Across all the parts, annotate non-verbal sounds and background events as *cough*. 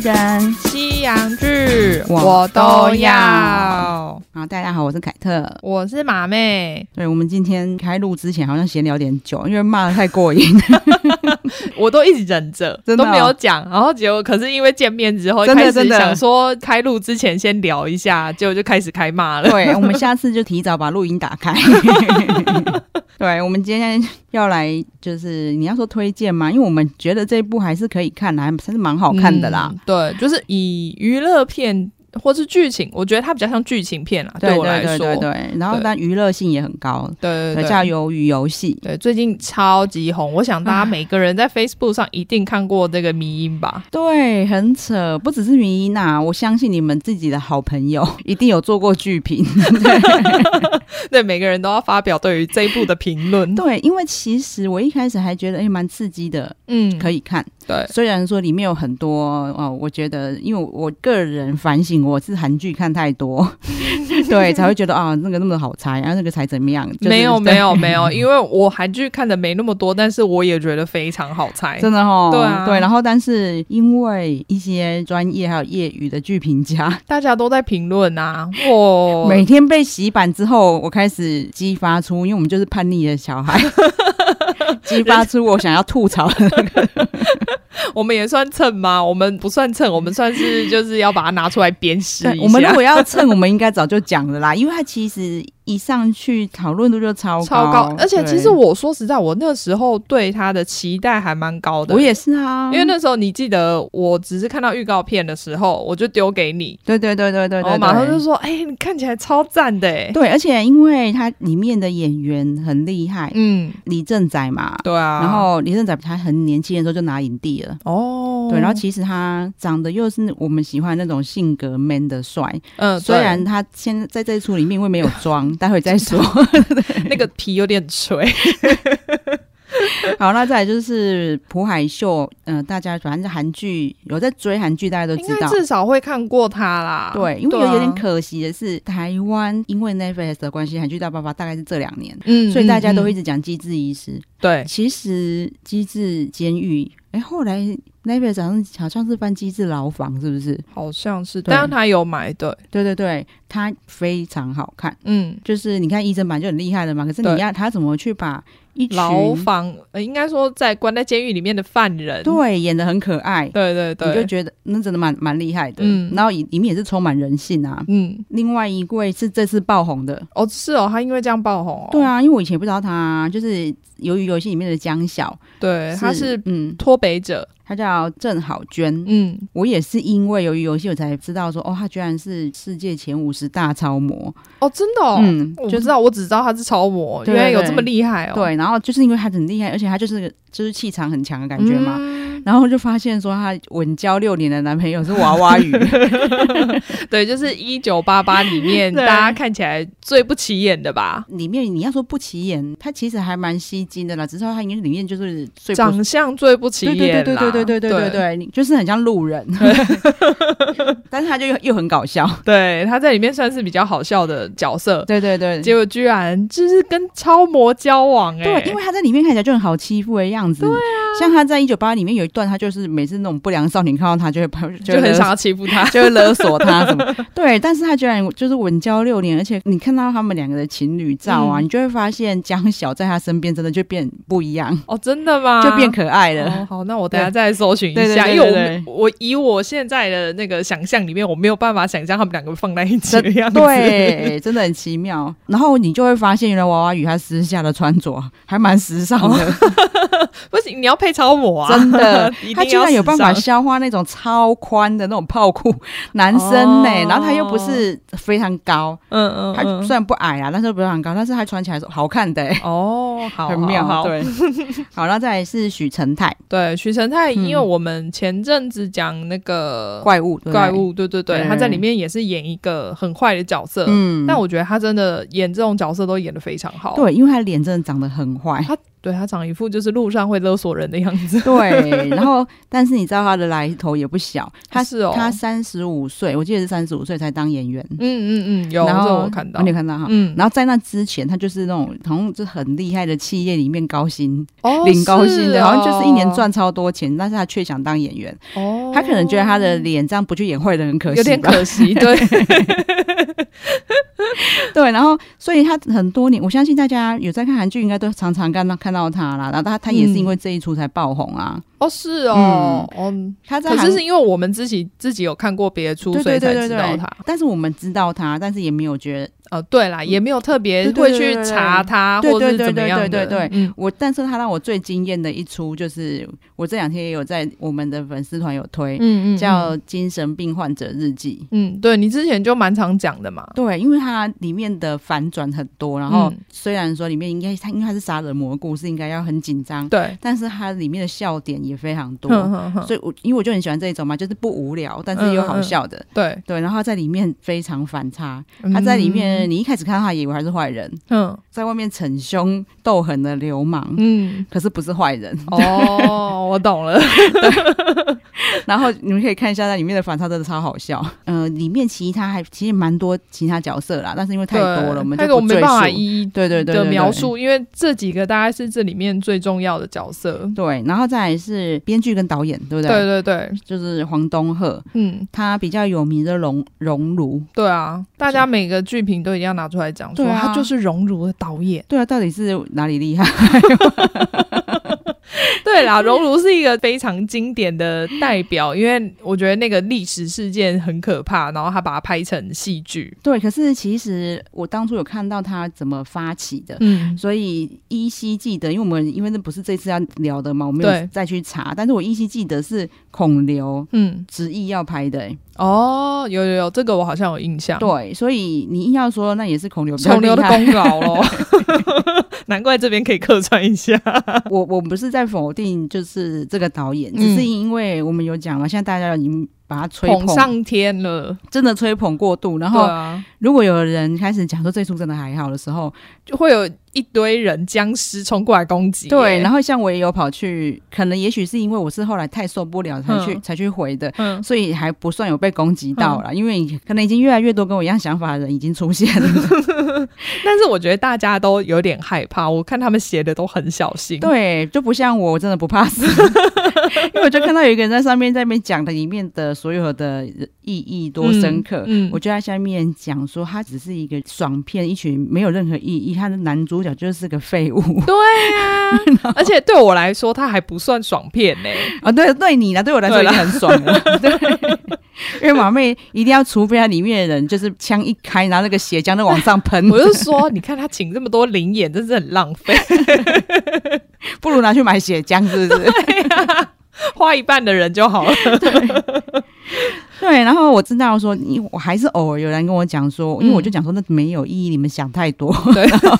生。西洋剧我我都要都要。好，大家好，我是凯特。我是马妹，对，我们今天开录之前好像闲聊有点久，因为骂的太过瘾， *laughs* 我都一直忍着，真的都哦没有讲。然后结果可是因为见面之后，真的开真始的想说开录之前先聊一下，结果就开始开骂了。对，我们下次就提早把录音打 *laughs* 开。对，我们今天要来，就是你要说推荐吗？因为我们觉得这一部还是可以看的，还还是蛮好看的啦。嗯对，就是以娱乐片或是剧情，我觉得它比较像剧情片啦，对我来对对说。对对，然后对但娱乐性也很高，对对对对叫《鱿鱼游戏》。对，最近超级红，我想大家每个人在 Facebook 上一定看过这个迷 *laughs* 音吧？对，很扯，不只是迷音呐，我相信你们自己的好朋友一定有做过剧评。对，每个人都要发表对于这一部的评论。对，因为其实我一开始还觉得哎蛮、刺激的，嗯，可以。以看。对，虽然说里面有很多哦，我觉得因为我个人反省，我是韩剧看太 *laughs* 多，对，才会觉得啊、那个那么好猜，啊那个才怎么样？就是没有对没有没有，因 *laughs* 为我韩剧看的没那么多，但是我也觉得非常好猜。真的哦，对啊然后但是因为一些专业还有业余的剧评家，大家都在评论 *laughs* 啊，我每天被洗版之后，我开始激发出，因为我们就是叛逆的小 *laughs* 孩，激发出我想要吐槽的我们也算蹭吗？我们不算蹭，我们算是就是要把它拿出来鞭尸对一下。我们如果要蹭，我们应该早就讲了 *laughs* 啦，因为它其实一上去讨论度就超高超高，而且对其实我说实在，我那时候对他的期待还蛮高的。我也是啊，因为那时候你记得，我只是看到预告片的时候，我就丢给你，对对对对对对然后马上就说：“哎、你看起来超赞的、欸。”对，而且因为它里面的演员很厉害，嗯，李正宰嘛，对啊。然后李正宰他很年轻的时候就拿影帝了。哦，对，然后其实他长得又是我们喜欢那种性格 man 的帅，嗯，虽 *laughs* 对然他现在在这一出里面因为没有 *laughs* 妆，待会再说。那个皮有点垂，好，那再来就是朴海秀，嗯，大家反正韩剧有在追韩剧，大家都应知该道，至少会看过他啦。对，因为啊有有点，可惜的是，台湾因为 Netflix 的关系，韩剧大爆发大概是这两年，嗯所以大家都会一直讲《机智医师》对其实《机智监狱》，哎，后来 Netflix 好像好像是翻《机智牢房》，是不是？好像是，对但他有买对，对对对，它非常好看。嗯，就是你看医生版就很厉害了嘛，可是对你要他怎么去把一群牢房，呃应该说在关在监狱里面的犯人，对演的很可爱，对对你就对，觉得那真的蛮蛮厉害的。嗯然后里里面也是充满人性啊。嗯，另外一位是这次爆红的，哦，是哦，他因为这样爆红、哦，对，啊，因为我以前不知道他，就是《鱿鱼游戏》里面的江晓，对，他是嗯，脱北者，他叫郑好娟。嗯，我也是因为《鱿鱼游戏》我才知道说，哦，他居然是世界前五十大超模。哦，真的、哦，嗯我就不知道，我只知道他是超模，对原来有对这么厉害哦，对，然后就是因为他很厉害，而且他就是就是气场很强的感觉嘛。嗯然后就发现说，她稳交六年的男朋友是娃娃鱼，对，就是一九八八里面对大家看起来最不起眼的吧，里面你要说不起眼，他其实还蛮吸睛的啦，只是说他里面就是最不长相最不起对眼对对啦，对对对对对对，你就是很像路人，但是他就又又很搞笑。对，他在里面算是比较好笑的角色，对对对，结果居然就是跟超模交往、欸，对，因为他在里面看起来就很好欺负的样子。对啊，像他在一九八里面有一段，他就是每次那种不良少年看到他就会跑，就很勒。想要欺负他 *laughs* 就会勒索他什么。对，但是他居然就是稳交六年，而且你看到他们两个的情侣照啊，嗯你就会发现江晓在他身边真的就变不一样，哦，真的吗？就变可爱了。哦，好，那我等下再搜寻一对对下，对对因为我对们我以我现在的那个想象里面，我没有办法想象他们两个放在一起的样子。，对，真的很奇妙。然后你就会发现，原来娃娃鱼她私下的穿着还蛮时尚的， *laughs* 哦 *laughs* 不行，你要配超模啊！真 *laughs* 的一定。她居要然有时办法尚消化那种超宽的那种泡裤，男生呢、哦然后她又不是非常高，嗯嗯她嗯虽然不矮啊，但是不是很高，但是她穿起来是好看的、欸，哦，好，很妙。好好对， *laughs* 好，那再来是许成泰。对，许成泰，嗯因为我们前阵子讲那个怪物，对不对怪，物，对对对，对他在里面也是演一个很坏的角色，嗯但我觉得他真的演这种角色都演的非常好。对，因为他脸真的长得很坏， *laughs* 他对他长一副就是路上会勒索人的样子。对，然后但是你知道他的来头也不小， *laughs* 他是哦他三十五岁，我记得是三十五岁才当演员。嗯嗯嗯，有，然后这我看到哦你。有看到哈。嗯，然后在那之前，他就是那种好像就很厉害的企业里面高薪，哦领高薪的，好像就是一年，是赚超多钱，但是他却想当演员。哦哦，他可能觉得他的脸这样不去演坏人很可惜吧，有点可惜，对， *laughs* 对，然后所以他很多年，我相信大家有在看韩剧，应该都常常看到看到他啦。然后他他也是嗯因为这一出才爆红啊。哦是哦，哦，他在可韩是是因为我们自己自己有看过别的出，对所以对对才对知道对他。，但是我们知道他，但是也没有觉得哦，对啦，也没有特别嗯对对会对去对对查他对或者对是对怎么对样的。对对对嗯，我。但是他让我最惊艳的一出，就是我这两天也有在我们的粉丝团有推，嗯嗯，叫《精神病患者日记》。嗯，对你之前就蛮常讲的嘛。对，因为它里面的反转很多，然后嗯虽然说里面应该它因为它是杀人魔故事，应该要很紧张，对，但是它里面的笑点也非常多。哼哼哼所以我，因为我就很喜欢这一种嘛，就是不无聊，但是又嗯好笑的。对，对，然后他在里面非常反差，嗯他在里面，，你一开始看到他以为他是坏人，嗯在外面逞凶斗狠的流氓，嗯，可是不是坏人。哦，我懂了，然后你们可以看一下，那里面的反差真的超好笑。 *laughs* 呃，里面其他还其实蛮多其他角色啦，但是因为 *laughs* 太多对了，我们那就个我不没赘办法述。一一对对对的对描对述，因为这几个大概是这里面最重要的角色。对，然后再来是编剧跟导演，对不对？对对对，就是黄东赫，嗯，他比较有名的熔熔炉。对啊，大家每个剧评都一定要拿出来讲，说对啊他就是荣辱的导演。对啊，到底是哪里厉害？ *laughs* *laughs* 对啦，熔炉是一个非常经典的代表，因为我觉得那个历史事件很可怕，然后他把它拍成戏剧。对，可是其实我当初有看到他怎么发起的。嗯，所以依稀记得，因为我们因为那不是这次要聊的嘛，我没对有再去查，但是我依稀记得是孔刘嗯，执意要拍的、欸哦，有有有，这个我好像有印象。，对，所以你硬要说那也是孔刘比较丑厉啊牛的害。公稿咯， *laughs* 难怪这边可以客串一下。 *laughs* 我我不是在否定就是这个导演，只是因为我们有讲嘛，现在大家已经把他吹捧，嗯捧上天了，真的吹捧过度。然对后啊，如果有人开始讲说这出真的还好的时候，就会有一堆人僵尸冲过来攻击耶。对，然后像我也有跑去，可能也许是因为我是后来太受不了才去、嗯才去回的。嗯，所以还不算有被攻击到啦，因为可能已经越来越多跟我一样想法的人已经出现了。但是我觉得大家都有点害怕，我看他们写的都很小心。对，就不像我，我真的不怕死，因为我就看到有一个人在上面在那边讲的里面的所有的意义多深刻。嗯，嗯我就在下面讲说，他只是一个爽片，一群没有任何意义。他的男主角就是个废物对 *laughs* 啊，而且对我来说，它还不算爽片呢、啊！对，对你呢，对我来说已对啦经很爽了。对，因为马妹一定要，除非他里面的人就是枪一开，拿那个血浆就往上喷，我就说，你看他请这么多灵眼，真是很浪费， *laughs* 不如拿去买血浆，是不是？花一半的人就好了。 *laughs* 对，然后我知道说，你我还是偶尔有人跟我讲说，因为嗯我就讲说那没有意义，你们想太多。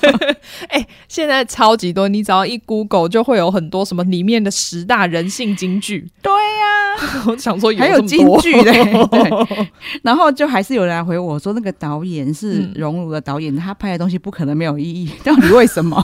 *laughs* 哎现在超级多，你只要一 Google 就会有很多什么里面的十大人性金句。 *laughs* 对呀、我想说还有这么多金句嘞对 *laughs* 然后就还是有人来回我说，那个导演是嗯荣辱的导演，他拍的东西不可能没有意义， *laughs* 到底为什么？ *laughs*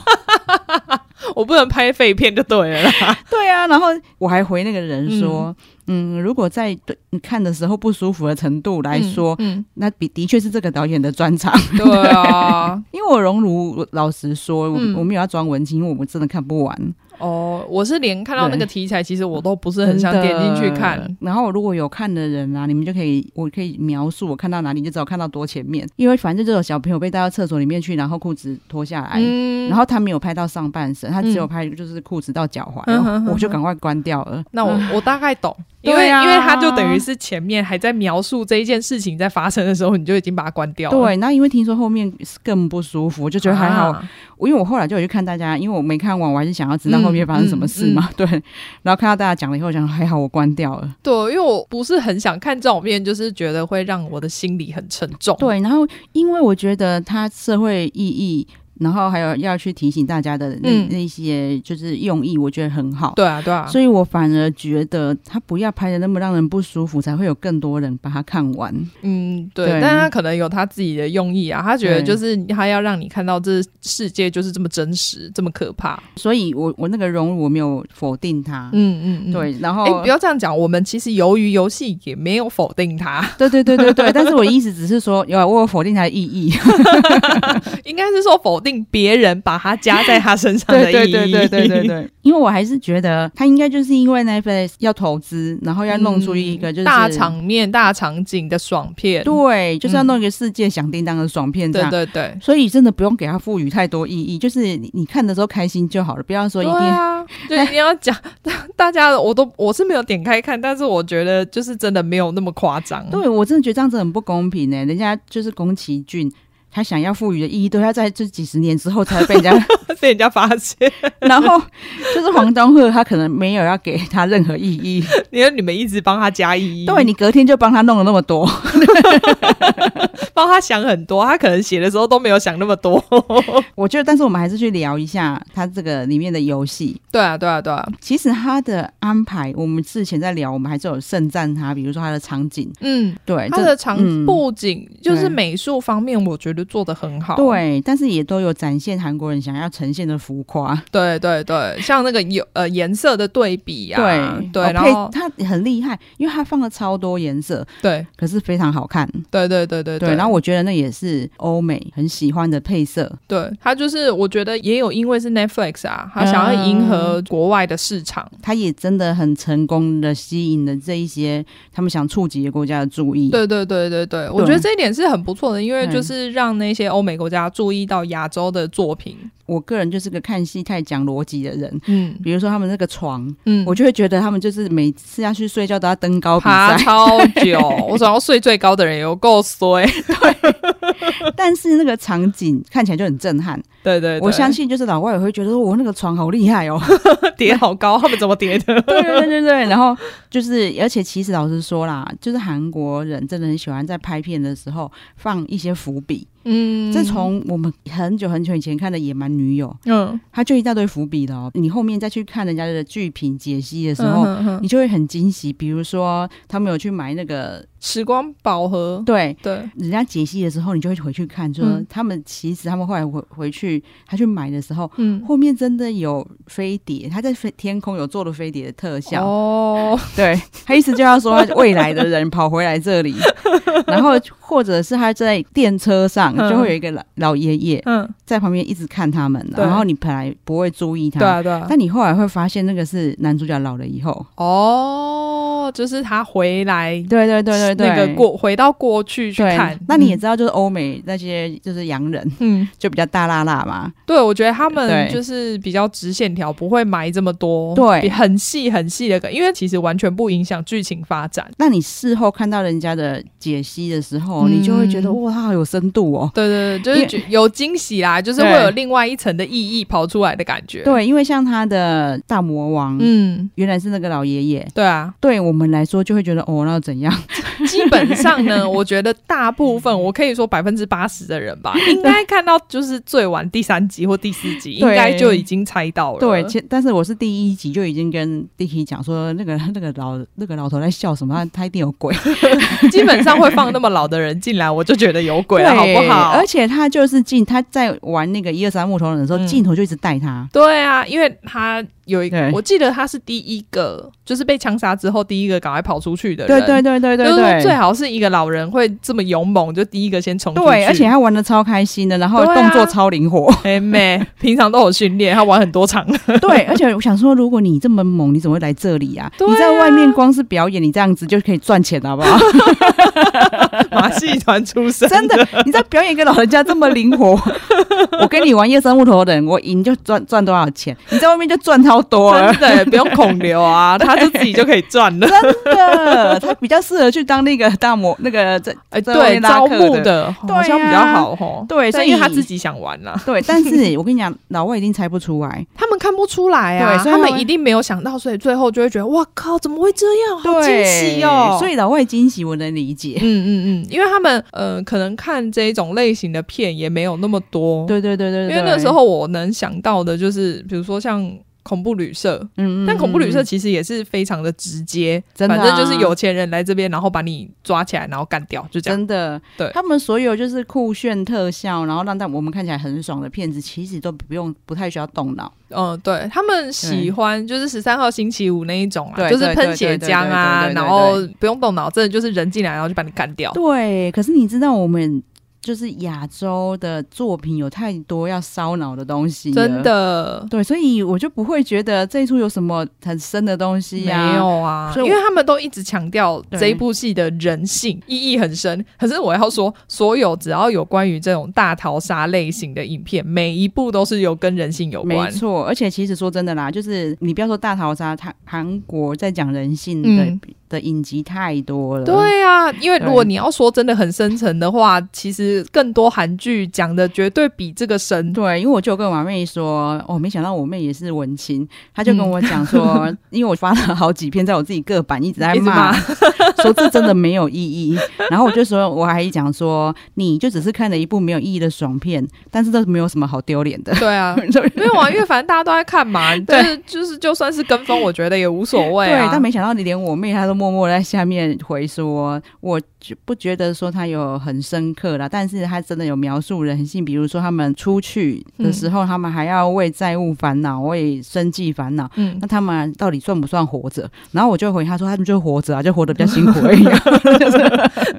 我不能拍废片就对了啦。对啊，然后我还回那个人说，嗯，如果在对你看的时候不舒服的程度来说。 *laughs* 嗯，那比的确是这个导演的专长， *laughs* 嗯对啊，因为我荣辱，我老实说，我嗯我没有要装文青，因为我真的看不完。哦，我是连看到那个题材，其实我都不是很真想的点进去看。。嗯然后如果有看的人啊，你们就可以，我可以描述我看到哪里，你就知道我看到多前面。因为反正这种小朋友被带到厕所里面去，然后裤子脱下来。嗯哎然后他没有拍到上半身，他只有嗯拍就是裤子到脚踝，嗯哼哼我就赶快关掉了。那我我大概 *laughs* 懂，因对为、啊因为他就等于是前面还在描述这一件事情在发生的时候，你就已经把它关掉了。对，那因为听说后面是更不舒服，我就觉得还好。啊我因为我后来就有去看大家，因为我没看完，我还是想要知道嗯后面发生什么事嘛。对，然后看到大家讲了以后，我想还好我关掉了。对，因为我不是很想看这种片，就是觉得会让我的心里很沉重。对，然后因为我觉得它社会意义然后还有要去提醒大家的那、嗯那些就是用意，我觉得很好。对啊，对啊，所以我反而觉得他不要拍的那么让人不舒服，才会有更多人把它看完。嗯，对，对但他可能有他自己的用意啊，他觉得对就是他要让你看到这世界就是这么真实，这么可怕。所以我我那个融入我没有否定它，嗯嗯嗯，。对，然后、哎、不要这样讲，我们其实由于游戏也没有否定它，对对对对对，但是我的意思只是说，有啊我有否定它的意义。 *laughs* 应该是说否定别人把它加在他身上的对意对义。对对对对 *laughs* 对， *laughs* 因为我还是觉得他应该就是因为 Netflix 要投资，然后要弄出一个就是、嗯大。场面、大场景的爽片。嗯对，就是要弄一个世界响叮当的爽片这对样。对对，所以真的不用给它赋予太多意义，就是你你看的时候开心就好了，不要说一定、对 *laughs* 啊，就一定要讲大家，我都我是没有点开看，但是我觉得就是真的没有那么夸张。对我真的觉得这样子很不公平呢、欸人家就是宫崎骏，他想要赋予的意义，都要在这几十年之后才会被人 *laughs* 家， *laughs* 被人家发现，然后就是黄东赫，他可能没有要给他任何意 *laughs* 义，因为你们一直帮他加意义，对你隔天就帮他弄了那么多， *laughs* *laughs* 帮他想很多，他可能写的时候都没有想那么多。我觉得，但是我们还是去聊一下他这个里面的游戏。 *laughs* 对啊，对啊，对啊，其实他的安排，我们之前在聊，我们还是有盛赞他，比如说他的场景，嗯，对，他这的场嗯布景就是对美术方面，我觉得做的很好。对，但是也都有展现韩国人想要呈现的浮夸。对对对，像那个有呃颜色的对比啊，对对，哦然配后他很厉害，因为他放了超多颜色，对可是非常好看。对对对对对，然后我觉得那也是欧美很喜欢的配色。对他就是我觉得也有因为是 Netflix 啊，他想要迎合国外的市场。他也真的很成功的吸引了这一些他们想触及的国家的注意。对对对对对，我觉得这一点是很不错的，因为就是让那些欧美国家注意到亚洲的作品。我个人就是个看戏太讲逻辑的人，嗯比如说他们那个床，嗯，我就会觉得他们就是每次要去睡觉都要登高比爬赛，超久，我想要睡最高的人有 *laughs* 够衰。但是那个场景看起来就很震撼。对对对，我相信就是老外也会觉得说，我那个床好厉害哦。叠好高，他们怎么叠的？ *laughs* 对对对对对。然后 *laughs* 就是，而且其实老实说啦，就是韩国人真的很喜欢在拍片的时候放一些伏笔。嗯这从我们很久很久以前看的《野蛮女友》，嗯它就一大堆伏笔了哦。你后面再去看人家的剧评解析的时嗯候。哼哼你就会很惊喜，比如说他们有去买那个时光宝盒，对对人家解析的时候，你就会回去看，说、嗯他们其实他们后来回回去，他去买的时候，嗯后面真的有飞碟，他在飞天空有做了飞碟的特效，哦，对他意思就要说未来的人跑回来 *laughs* 这里，然后或者是他在电车上嗯就会有一个老老爷爷嗯，在旁边一直看他们，啊对然后你本来不会注意对他，啊对啊，但你后来会发现那个是男主角老了以后，哦，就是他回来，对对对对对，那个过回到过去去对看，那你也知道，就是欧美那些就是洋人嗯，嗯就比较大辣辣嘛，对，我觉得他们对就是比较直线条，不会埋这么多，对比很细很细的梗，因为其实完全不影响剧情发展。那你事后看到人家的解析的时候，嗯你就会觉得哇，它好有深度哦。对对对，就因是为觉有惊喜啦，就是会对有另外一层的意义跑出来的感觉。，对，因为像他的大魔王，嗯，原来是那个老爷爷，对啊，对我们来说就会觉得哦，那又怎样？基本 *laughs* 上呢，我觉得大部分，我可以说百分之八十的人 *laughs* 吧，应该看到就是最晚第三集或第四集，应对该就已经猜到了。对，其但是我是第一集就已经跟 Dicky 讲说，那个 *laughs* 那个老那个老头在笑什 *laughs* 么，他他一定有鬼，基本上会放那么老的人进来，我就觉得有鬼了，对好不好而？且他就是镜，他在玩那个一二三木头人的时候，嗯镜头就一直带他。对啊，因为他有一个对，我记得他是第一个，就是被枪杀之后第一个赶快跑出去的人。对对对对对就是说对，最好是一个老人会这么勇猛，就第一个先冲出去。对，而 *laughs* 且他玩的超开心的，然后对啊动作超灵活。哎妹，平常都有训练，他玩很多场。对， *laughs* 而且我想说，如果你这么猛，你怎么会来这里啊？啊对啊你在外面光是表演，你这样子就可以赚钱，好不好？马戏团出 *laughs* 身， *laughs* 真的，你在表演给老人家这么灵活， *laughs* 我跟你玩夜生木头人，我赢就赚赚多少钱，你在外面就赚超多了。真的不用孔流啊， *laughs* 他就自己就可以赚了。真的， *laughs* 他比较适合去当那个大模，那个在哎，在外 *laughs* 对，面拉招客募的对好像比较啊好吼。对但所以因为他自己想玩啦， *laughs* 对。但是我跟你讲，老外一定猜不出来，他们看不出来啊，对所以他他们们一定没有想到，所以最后就会觉得哇靠，怎么会这样？好惊喜哦！所以老外惊喜我能理解。嗯嗯嗯，因为他们呃，可能看这一种类型的片也没有那么多，对对对对因对，为那时候我能想到的就是，比如说像。恐怖旅社，嗯，嗯，但恐怖旅社嗯其实也是非常的直接，真的啊反正就是有钱人来这边，然后把你抓起来，然后干掉，就这样。真的，对他们所有就是酷炫特效，然后让但我们看起来很爽的片子，其实都不用不太需要动脑。嗯，对他们喜欢就是十三号星期五那一种啊，对就是喷血浆啊，对对对对对对对对然后不用动脑，真的就是人进来然后就把你干掉。对，可是你知道我们就是亚洲的作品有太多要烧脑的东西，真。的对，所以我就不会觉得这一出有什么很深的东西呀、没有啊，所以因我为他们都一直强调对这一部戏的人性嗯意义很深。可是我要说，所有只要有关于这种大逃杀类型的影片，每一部都是有跟人性有没关。错，而且其实说真的啦，就是你不要说大逃杀，它韩国在讲人性的、嗯的影集太多了。对啊，因为对如果你要说真的很深层的话，其实更多韩剧讲的绝对比这个深。对，因为我就跟我妹说，哦，没想到我妹也是文青，她就嗯跟我讲说， *laughs* 因为我发了好几篇在我自己个版一直在一直骂，说这真的没有意义。然后我就说，我还讲说，你就只是看了一部没有意义的爽片，但是这没有什么好丢脸 *laughs* 的。对啊，没有啊，因为反正大家都在 *laughs* 看嘛，就是就是就算是跟风，我觉得也无所谓啊。对，但没想到你连我妹她都默默在下面回说，我就不觉得说她有很深刻啦，但是她真的有描述人性，比如说他们出去嗯的时候，他们还要为债务烦恼，为生计烦恼。嗯那，他们到底算不算活着？然后我就回他说，他们就活着啊，就活得比较辛苦而已、啊。 *laughs*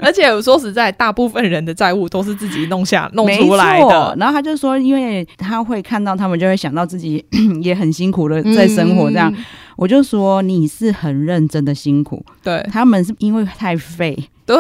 而且我说实在，大部分人的债务都是自己弄下弄没出来错的。然后他就说，因为他会看到他们，就会想到自己 *coughs* 也很辛苦的在生活这样。嗯我就说你是很认真的辛苦，对他们是因为太废，对，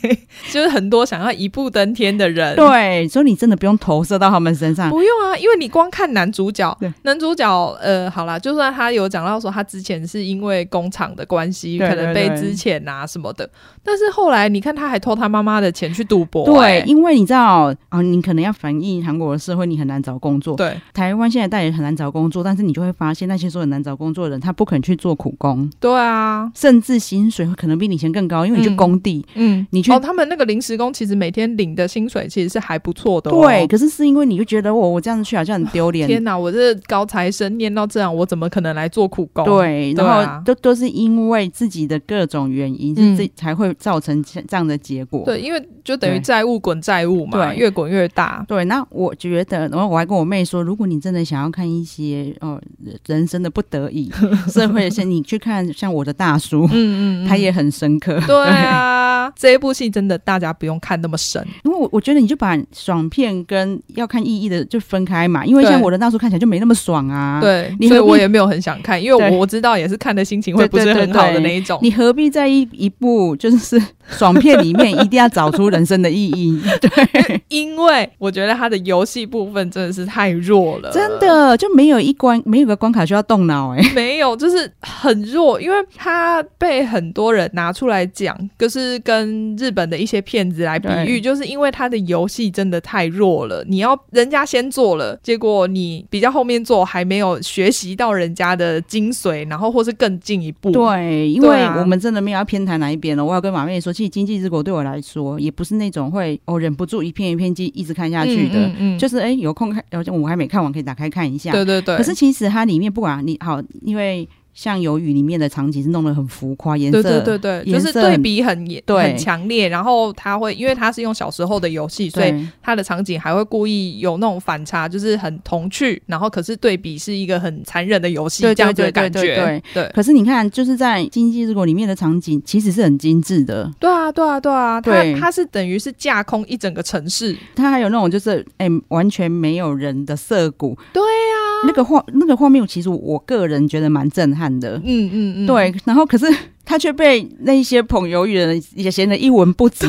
*laughs* 就是很多想要一步登天的人，对，所以你真的不用投射到他们身上。不用啊，因为你光看男主角对，男主角呃，好啦，就算他有讲到说他之前是因为工厂的关系，对可能被对对之前啊什么的，但是后来你看他还偷他妈妈的钱去赌博、对，欸因为你知道啊，你可能要反映韩国的社会，你很难找工作。对台湾现在代也很难找工作，但是你就会发现那些说很难找工作的人，他不肯去做苦工，对啊，甚至薪水可能比你以前更高，因为你去嗯工地，嗯，你去哦，他们那个临时工其实每天领的薪水其实是还不错的、哦，对，。可是是因为你就觉得哦我我这样子去好像很丢脸，天哪！我这高材生念到这样，我怎么可能来做苦工？对，然对啊后都、都是因为自己的各种原因，嗯是自己才会造成这这样的结果。对，因为就等于对债务滚债务嘛，对越滚越大。对，那我觉得，然后我还跟我妹说，如果你真的想要看一些哦人生的不得 *laughs* 已、社会的现，你去看像我的大叔，嗯嗯，嗯他也很深刻。对 *laughs* 啊，这一部戏真的大家不用看那么深。因为我我觉得你就把爽片跟要看意义的就分开嘛，因为对像我的大叔看起来就没那么爽啊。。对，你所以何必我也没有很想看，因为对我我知道也是看的心情会对不是对对很好的对那一种。你何必在一一部就是爽片里面一定要找出人生的意 *laughs* 义？对，因为我觉得他的游戏部分真的是太弱了，真的就没有一关没有个关卡需要动脑哎、 *laughs* 没有，就是很弱，因为他被很多人拿出来讲，就是跟日本的一些骗子来比喻，对就是因为他的游戏真的太弱了。你要人家先做了，结果你比较后面做，还没有学习到人家的精髓，然后或是更进一步。对，因对为啊我们真的没有要偏袒哪一边了。我要跟马妹说，其实《经济之国》对我来说，也不是那种会哦忍不住一片一片记一直看下去的，嗯嗯嗯就是哎有空看，而且我还没看完，可以打开看一下。对对对。可是其实它里面不管你好，因为像《鱿鱼》里面的场景是弄得很浮夸，颜色对对对对，就颜是色对很比很严对很强烈，然后他会，因为他是用小时候的游戏，所以对他的场景还会故意有那种反差，就是很童趣，然后可是对比是一个很残忍的游戏对对这样子的对感对对觉，对。可是你看，就是在《经济之国》里面的场景其实是很精致的，对啊，对啊，对啊，他对他是等于是架空一整个城市，它还有那种就是哎、完全没有人的涩谷，对啊呀、那个画那个画面，其实我个人觉得蛮震撼的。嗯嗯嗯，对，然后可是 *laughs* 他却被那一些捧鱿鱼的人也显得一文不值，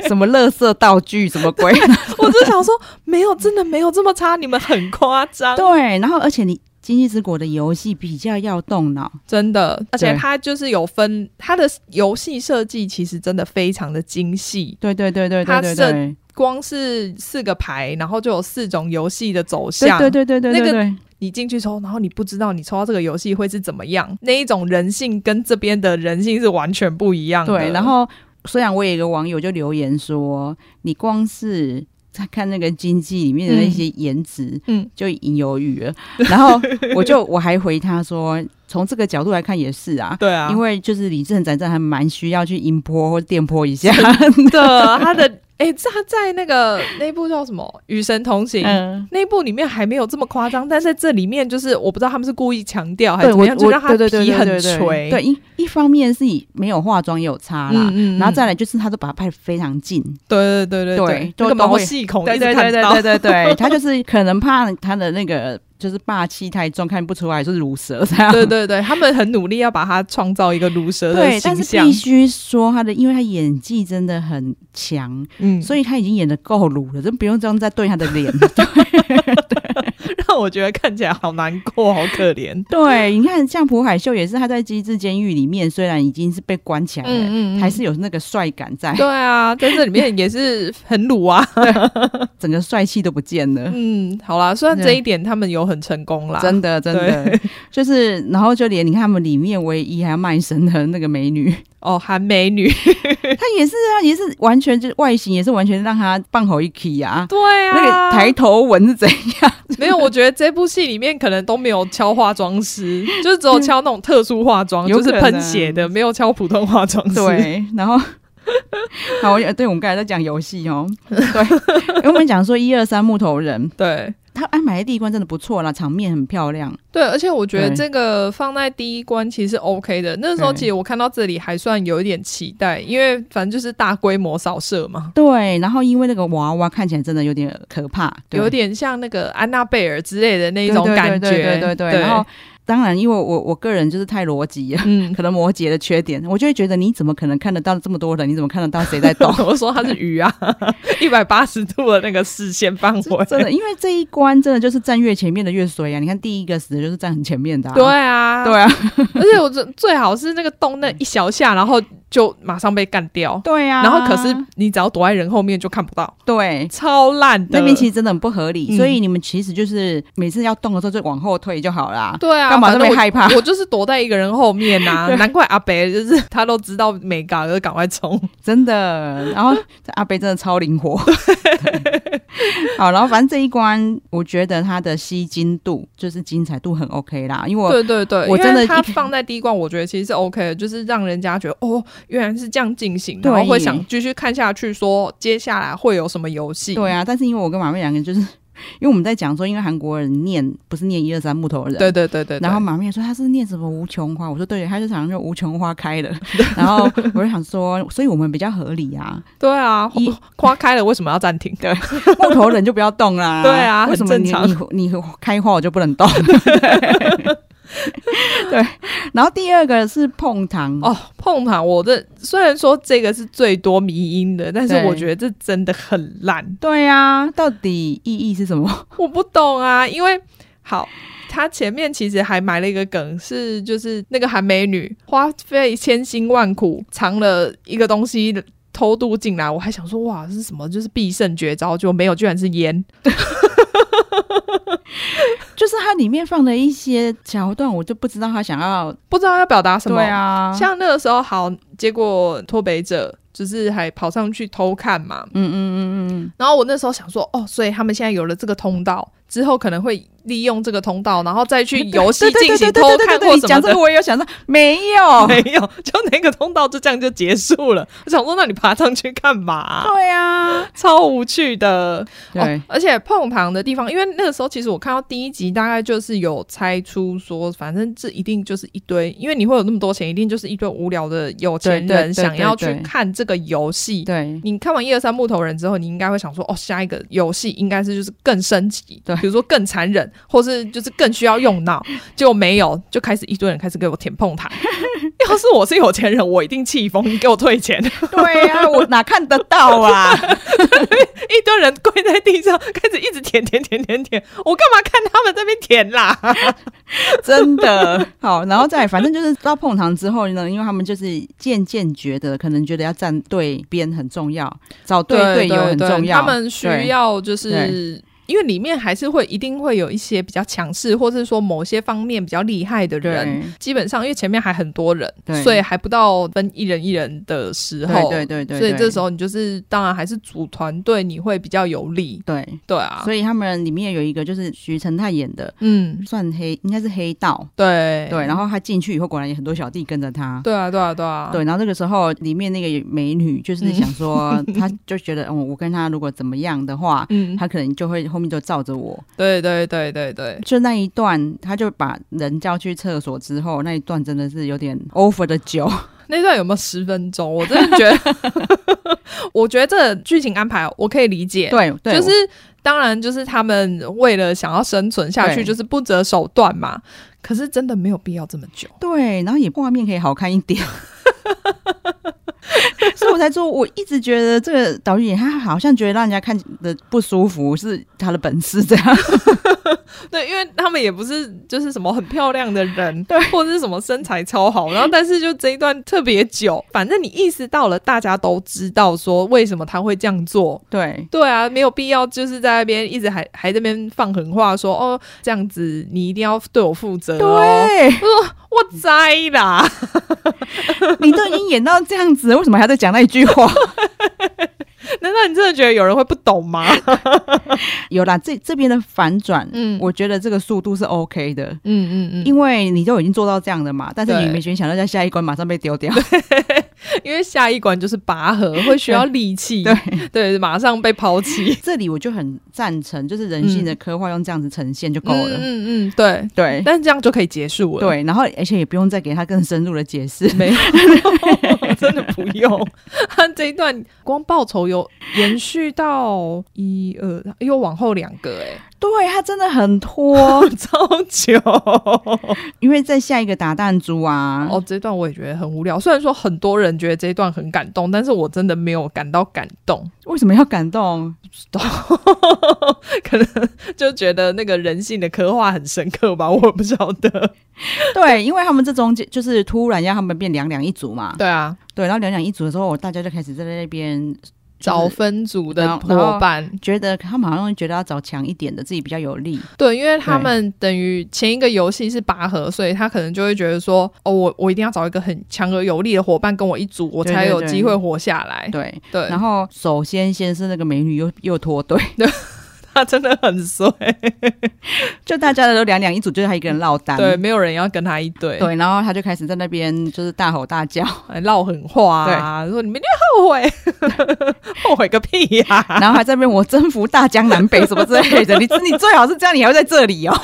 *laughs* 什么垃圾道具什么 *laughs* 鬼？ *laughs* 我就想说，没有，真的没有这么差，你们很夸 *laughs* 张，对，然后而且你《经济之国》的游戏比较要动脑，真的，而且对他就是有分他的游戏设计，其实真的非常的精细，对对对对它对对设对，光是四个牌，然后就有四种游戏的走对向。对对对对那对个对，你进去抽，然后你不知道你抽到这个游戏会是怎么样，那一种人性跟这边的人性是完全不一样的。对，然后虽然我有一个网友就留言说，你光是。在看那个经济里面的那些颜值，嗯，就已经有余了。然后我就 *laughs* 我还回他说，从这个角度来看也是啊，对啊，因为就是李正展展还蛮需要去音波或电波一 *laughs* 下，的他的哎、这他在那个那部叫什么《与神同行》嗯，那一部里面还没有这么夸张，但在这里面就是我不知道他们是故意强调还是对怎么我样，就我让他对对对皮对很对对垂，对，一一方面是以没有化妆也有差啦，嗯然后再来就是他都把它拍的非常近，对对对对对，就都那个毛会细孔一对直对看对对到对，对 *laughs* 对，他就是可能怕他的那个就是霸气太重，看不出来是乳蛇这样。对对对，他们很努力要把它创造一个毒蛇的对，但形是象必，须说他的，因为他演技真的很强，嗯，所以他已经演的够鲁了，就不用这样再对他的脸。 *laughs* 让我觉得看起来好难过，好可怜。对，你看像朴海秀也是，他在机制监狱里面虽然已经是被关起来了，嗯还是有那个帅感在， *laughs* 对啊，在这里面也是很鲁啊。 *laughs* 整个帅气都不见了。 *laughs* 嗯，好啦，虽然这一点他们有很成功啦，真的，真的，就是，然后就连你看他们里面唯一还要卖身的那个美女，哦，韩美女，她也是啊，也是完全就是外形也是完全让她棒吼一起啊。 *laughs* 对那个抬头纹是怎样？没有，我觉得这部戏里面可能都没有敲化妆师， *laughs* 就是只有敲那种特殊化妆，有就是可能喷血的，没有敲普通化妆师。，对，然后好，我对我们刚才在讲游戏哦，对，因为我们讲说一二三木头人， *laughs* 对他安排的第一关真的不错啦，场面很漂亮。对，而且我觉得对这个放在第一关其实是 OK 的。那时候对其实我看到这里还算有一点期待，因为反正就是大规模扫射嘛，对，然后因为那个娃娃看起来真的有点可怕，对有点像那个安娜贝尔之类的那对一种对感觉。对对对对对然后当然，因为我我个人就是太逻辑了。嗯，可能摩羯的缺点，我就会觉得你怎么可能看得到这么多人？你怎么看得到谁在动？ *laughs* 我说他是 *laughs* 鱼啊，一百八十度的那个视线范围，真 *laughs* 的，因为这一关真的就是站越前面的越衰啊！你看第一个死的就是站很前面的、啊，对啊，对啊，而且我最最好是那个洞那一小下，然后就马上被干掉。对啊。然后可是你只要躲在人后面就看不到，对，超烂的。那边其实真的很不合理，嗯所以你们其实就是每次要动的时候就往后退就好啦。对啊，干嘛反那正么我害怕？我就是躲在一个人后面 *laughs* 呐、难怪阿北就是他都知道没搞，就赶快冲。 *laughs* 真的。然后这阿贝真的超灵活。 *laughs* 对好，然后反正这一关，我觉得它的吸睛度就是精彩度很 OK 啦，因为我对对对，我因为真的他一放在第一关，我觉得其实是 OK 的，就是让人家觉得哦，原来是这样进行，对然后会想继续看下去，说接下来会有什么游戏。对啊，但是因为我跟马妹两个人就是，因为我们在讲说，因为韩国人念不是念一二三木头人，对对对对，对然后马妹说她是念什么无穷花，我说对，她就想用无穷花开 *laughs* 的，然后我就想说，所以我们比较合理啊，对啊一，花开了为什么要暂停？对，木头人就不要动啦。 *laughs* 对啊为什么很你正常你你你开花我就不能 *laughs* 动？对对。然后第二个是碰糖哦，碰糖，我这虽然说这个是最多迷音的，但是对我觉得这真的很烂，对呀、啊，到底意义是什么？ *laughs* *laughs* 我不懂啊，因为好。他前面其实还埋了一个梗，是就是那个韩美女花费千辛万苦藏了一个东西偷渡进来，我还想说哇是什么，就是必胜绝招，就没有，居然是烟。就是它里面放了一些桥段，我就不知道他想要不知道要表达什么。对啊，像那个时候好，结果脱北者就是还跑上去偷看嘛，嗯嗯嗯嗯嗯，然后我那时候想说，哦，所以他们现在有了这个通道，之后可能会利用这个通道，然后再去游戏对进行对对偷对对看对对或你什么讲这的个。我也有想到，没有。没有， *laughs* 就那个通道就这样就结束了。 *laughs* 我想说，那你爬上去干嘛、 *laughs* 对啊，超无趣的。对哦，而且碰糖的地方，因为那个时候其实我看到第一集，大概就是有猜出说，反正这一定就是一堆，因为你会有那么多钱，一定就是一堆无聊的有钱对对人对想要去对对看这个游戏。对你看完一二三木头人之后，你应该会想说，哦，下一个游戏应该是就是更升级，对比如说更残忍，或是就是更需要用 *laughs* 脑。结果没有，就开始一堆人开始给我填碰糖。 *laughs* 要是我是有钱人，我一定气疯，你给我退钱！ *laughs* *laughs* 对啊，我哪看得到啊？ *laughs* 一堆人跪在地上，开始一直舔舔舔舔舔，我干嘛看他们这边舔啦？ *laughs* 真的好，然后再来反正就是到碰糖之后呢，因为他们就是渐渐觉得，可能觉得要站对边很重要，找对队友很重要。他们需对要就是。因为里面还是会一定会有一些比较强势，或是说某些方面比较厉害的人。对基本上，因为前面还很多人对，所以还不到分一人一人的时候，对对对对，所以这时候候你就是当然还是组团队你会比较有利，对，对啊，所以他们里面有一个就是徐承泰演的，嗯，算黑应该是黑道，对对，啊然后他进去以后，果然有很多小弟跟着他。对啊对啊对啊，对，然后这个时候里面那个美女就是想 *laughs* 说，她就觉得，嗯，我跟他如果怎么样的话，嗯，他可能就会后面就罩着我。对对对对对，就那一段，他就把人叫去厕所之后，那一段真的是有点 over 的 *laughs* 久。那段有没有十分钟？我真的觉得， *laughs* 我觉得这剧情安排我可以理解，对对，就是当然就是他们为了想要生存下去，对就是不择手段嘛。可是真的没有必要这么久，对，然后也画面可以好看一点。 *laughs* 所以我才说，我一直觉得这个导演他好像觉得让人家看的不舒服是他的本事这样。 *laughs* 对，因为他们也不是就是什么很漂亮的人， *laughs* 对，或者是什么身材超好，然后但是就这一段特别久，反正你意识到了，大家都知道说为什么他会这样做，对对啊，没有必要，就是在那边一直还还这边放狠话说哦，这样子你一定要对我负责、哦。对，我栽啦！ *laughs* 你都已经演到这样子了，为什么还要再讲那一句话？ *laughs* 难道你真的觉得有人会不懂吗？有啦，这这边的反转， *laughs* 嗯我觉得这个速度是 OK 的。嗯嗯嗯，因因为你都已经做到这样的嘛，但是对你没想到在下一关马上被丢掉，因为下一关就是拔河，会需要力气，对，对，马上被抛弃。这里我就很赞成，就是人性的刻画用这样子呈现就够了。嗯嗯嗯嗯，对。对但这样就可以结束了。，对，然后而且也不用再给他更深入的解释。 *laughs* 没有，真的不用。他 *laughs* 这一段光报仇有延续到一二，又往后两个、欸，对他真的很拖， *laughs* 超久。因为在下一个打弹珠啊，哦，这一段我也觉得很无聊。虽然说很多人觉得这一段很感动，但是我真的没有感到感动， *laughs* 为什么要感动？可能就觉得那个人性的刻画很深刻吧，我也不晓得。对，因为他们这中间就是突然让他们变两两一组嘛，对啊，对，然后两两一组的时候，大家就开始在那边找就是分组然的后然后伙伴，觉得他们好像觉得要找强一点的，自己比较有利。对，因为他们等于前一个游戏是拔河，所以他可能就会觉得说，哦，我我一定要找一个很强而有力的伙伴跟我一组，我对才对有对机会活下来。对，哎对，然后首先先是那个美女又又脱队，*laughs* *laughs* 他真的很衰，就大家的都两两一组，就是他一个人落单。对，没有人要跟他一队，对，然后他就开始在那边就是大吼大叫， *laughs* 还唠狠话啊，说你们一定要后悔， *laughs* 后悔个屁呀、然后还在那边我征服大江南北什么之类的。你你最好是这样，你还会在这里哦，？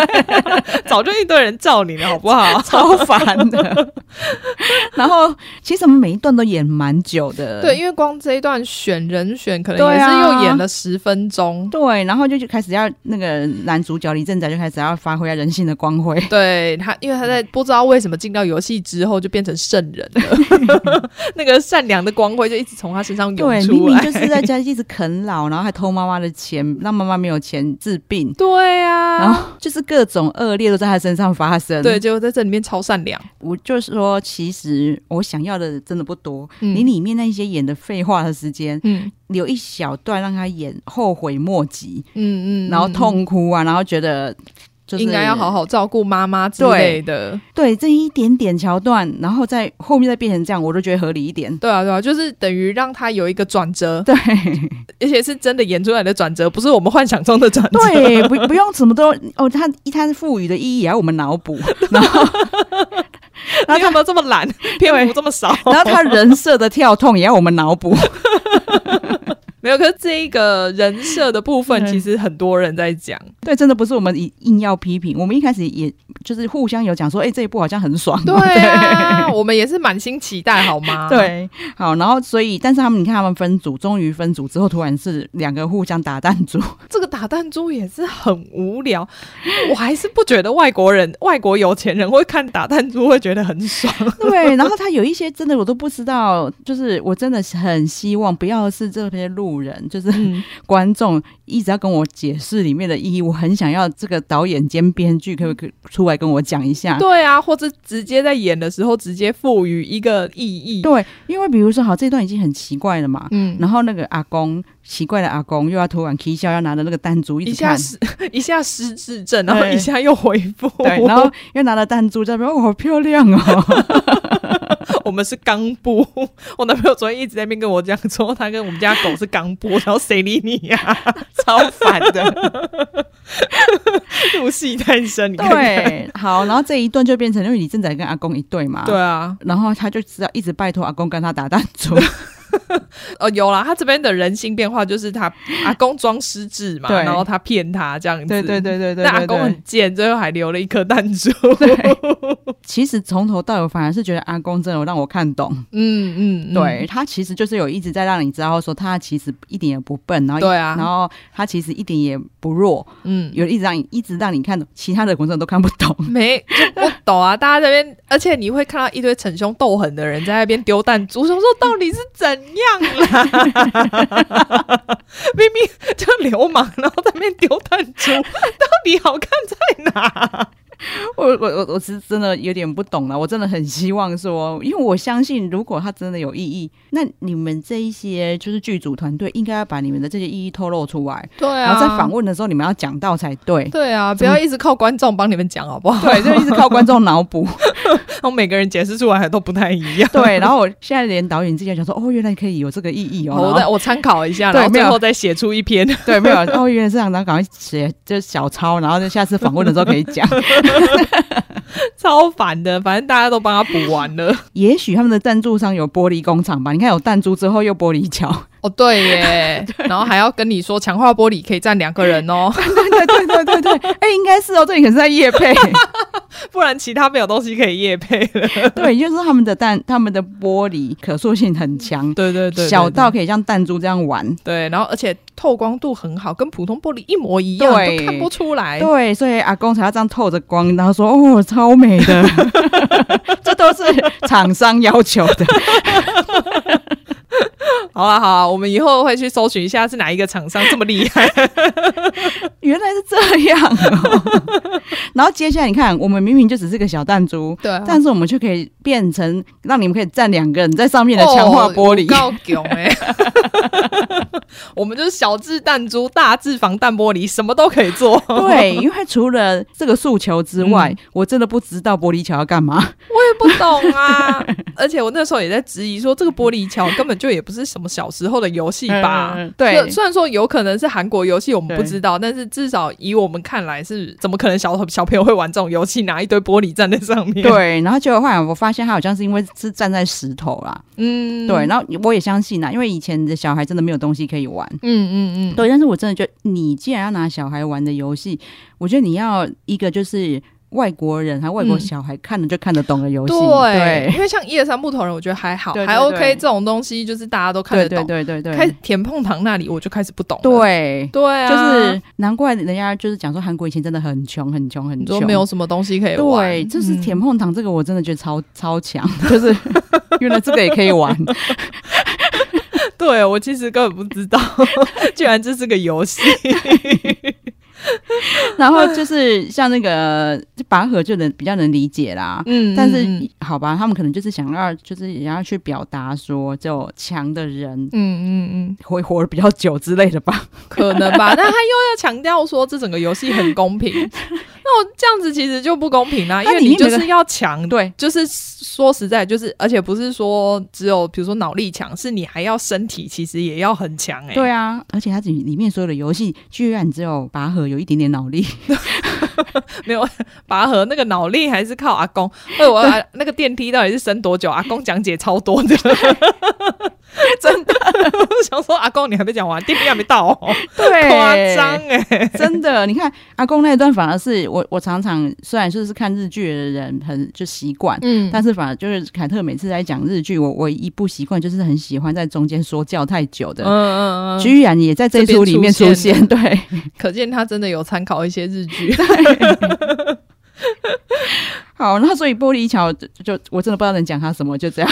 *laughs* 早就一堆人罩你了，好不好 *laughs* 超烦的。 *laughs* 然后其实我们每一段都演蛮久的，对，因为光这一段选人选，可能对也是啊又演了十分钟，对，然后就就开始要那个男主角李正宰就开始要发挥他人性的光 *laughs* 辉。对他，因为他在不知道为什么进到游戏之后就变成圣人了， *laughs* 那个善良的光辉就一直从他身上对涌，明出明来。就是在家一直啃老，然后还偷妈妈的钱，让妈妈没有钱治病， *laughs* 对啊，然后就是各种恶劣都在他身上发生。对，，结果在这里面超善良。我就说，其实我想要的真的不多。嗯你里面那些演的废话的时间，嗯留一小段让他演后悔莫及，嗯嗯，然后嗯、痛哭啊，然后觉得就是应该要好好照顾妈妈之对类的。对这一点点桥段，然后在后面再变成这样，我都觉得合理一点。 *laughs* 对啊对啊，就是等于让他有一个转折，对而且是真的演出来的转折，不是我们幻想中的转 *laughs* 折。对， *laughs* 不不用什么都哦，他他赋予的意义也要我们脑 *laughs* 补，然后然后你有没有这么 *laughs* 懒，篇幅这么 *laughs* 少？然后他人设的跳痛也要我们脑补。没有，可是这一个人设的部分，嗯其实很多人在讲。对，真的不是我们硬硬要批评，我们一开始也就是互相有讲说，哎、这一部好像很爽。 *laughs* 对啊，我们也是满心期待，好吗？ *laughs* 对，好，然后所以，但是他们你看他们分组，终于分组之后，突然是两个互相打弹珠， *laughs* 这个打弹珠也是很无聊， *laughs* 我还是不觉得外国人、外国有钱人会看打弹珠会觉得 *laughs* 很爽。对，然后他有一些真的我都不知道，就是我真的是很希望不要是这些路路人，就是嗯，观众一直要跟我解释里面的意义，我很想要这个导演兼编剧可不可以出来跟我讲一下？嗯对啊，或者直接在演的时候直接赋予一个意义，对，因为比如说，好，这段已经很奇怪了嘛，嗯，然后那个阿公奇怪的阿公又要突然 k 笑，要拿着那个弹珠一直下看，失 *laughs* 一下失智症，然后对一下又恢复， *laughs* 对，然后又拿着弹珠在那边，哦，好漂亮哦，我们是刚波， *laughs* 我男朋友昨天一直在那边跟我讲说，他跟我们家狗是刚波，然后谁理你啊呀、超烦 *laughs* 的。 *laughs* 入戏太深，你看看。对，好，然后这一段就变成因为李正宰跟阿公一对嘛，对，啊，然后他就知道一直拜托阿公跟他打弹 *laughs* 珠，哦，有啦，他这边的人性变化就是他阿公装失智嘛，对然后他骗他这样子，对对对对对对，那阿公对很贱，最后还留了一颗弹 *laughs* 珠，其实从头到尾反而是觉得阿公真的有让我看懂，嗯嗯，嗯对他其实就是有一直在让你知道说他其实一点也不笨，然后对啊，然后他其实一点也不弱，嗯。有一直让你一直让你看懂，其他的观众都看不懂。没就不懂啊！大家这边，而且你会看到一堆逞凶斗狠的人在那边丢弹珠，我想说到底是怎样啦？ *laughs* 明明就流氓，然后在那边丢弹珠，到底好看在哪？我我我我是真的有点不懂了，我真的很希望说，因为我相信如果它真的有意义，那你们这一些就是剧组团队应该要把你们的这些意义透露出来，对啊然后在访问的时候你们要讲到才对。对啊，不要一直靠观众帮你们讲好不好？对，就啊一直靠观众脑 *laughs* 补。然后每个人解释出来都不太一样。对，然后我现在连导演自己讲说，哦，原来可以有这个意义哦。 *laughs* 好，我再我参考一下，对然后最没有后再写出一篇。 *laughs* 对，没有哦，原来是这样，然后赶快写就是小抄，然后就下次访问的时候可以 *laughs* 讲。超烦的，反正大家都帮他补完了。也许他们的赞助商有玻璃工厂吧？你看有弹珠之后又玻璃桥， *laughs* *laughs* 哦， *laughs* 对耶，然后还要跟你说强化玻璃可以站两个人哦，对对对对对，哎、应该是哦，这里可是在夜配， *laughs* 不然其他没有东西可以夜配了。 *laughs* 对，就是他们的弹，他们的玻璃可塑性很强， *laughs* 对对对，小到到可以像弹珠这样玩。对，然后而且透光度很好，跟普通玻璃一模一样，对都看不出来。对，所以阿公才要这样透着光，然后说：“哦，超美 *laughs* 的。”这都是厂商要求的。好啊好啊，我们以后会去搜寻一下是哪一个厂商这么厉害。 *laughs* 原来是这样、哦。 *laughs* 然后接下来你看，我们明明就只是个小弹珠， *laughs* 对、啊但是我们却可以变成让你们可以站两个人在上面的强化玻璃。 *laughs* 哦、有够囧哎！我们就是小智弹珠，大智防弹玻璃，什么都可以做。对，因为除了这个诉求之外，嗯我真的不知道玻璃桥要干 *laughs* 嘛。我也不懂啊，而且我那时候也在质疑说，这个玻璃桥根本就也不是什么小时候的游戏吧？嗯对嗯就虽然说有可能是韩国游戏，我们不知道，但是至少以我们看来是，怎么可能小小朋友会玩这种游戏，拿一堆玻璃站在上 *laughs* 面？，对，然后结果后来我发现他好像是因为是站在石头啦，嗯，对，然后我也相信啦，因为以前的小孩真的没有东西可以玩。嗯嗯嗯，对，但是我真的觉得，你既然要拿小孩玩的游戏，我觉得你要一个就是外国人还有外国嗯小孩看了就看得懂的游戏，对，因为像一二三木头人，我觉得还好，对对还对 OK，这种东西就是大家都看对得对懂。对对对开始对，甜碰糖那里，我就开始不懂了。对。对啊，就是难怪人家就是讲说韩国以前真的很穷很穷很你说穷，没有什么东西可以玩，对，就是嗯甜碰糖这个我真的觉得超超强，就是 *laughs* 原来这个也可以玩。对我其实根本不知道， *laughs* 居然这是个游戏。 *laughs* 然后就是像那个拔河就能比较能理解啦。嗯但是、好吧，他们可能就是想要，就是也要去表达说，就强的人嗯嗯嗯，会活得比较久之类的吧。可能 *laughs* 吧。但他又要强调说这整个游戏很公 *laughs* 平，那我这样子其实就不公平啦，因它为里你面就那个是要强，对，就是说实在，就是而且不是说只有比如说脑力强，是你还要身体其实也要很强哎、欸。对啊，而且它里里面所有的游戏居然只有拔河有一点点脑 *laughs* 力，没有拔河那个脑力还是靠阿公。哎， *laughs* 我啊那个电梯到底是升多久？阿公讲解超多的， *laughs* 真的。 *laughs* 我想说，阿公你还没讲完，电梯还没到、哦，对夸张 *laughs* 哎。真的，你看阿公那一段，反而是我我常常虽然就是看日剧的人很就习惯，嗯但是反而就是凯特每次在讲日剧，我唯一不习惯就是很喜欢在中间说教太久的，嗯嗯嗯，居然也在这一出里面出现，对， *laughs* 可见他真的有参考一些日剧。好，那所以玻璃桥就就我真的不知道能讲他什么，就这 *laughs* 样。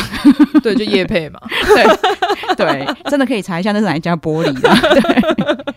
对，就叶配嘛。对对，真的可以查一下那是哪一家玻璃 *laughs* 的。对。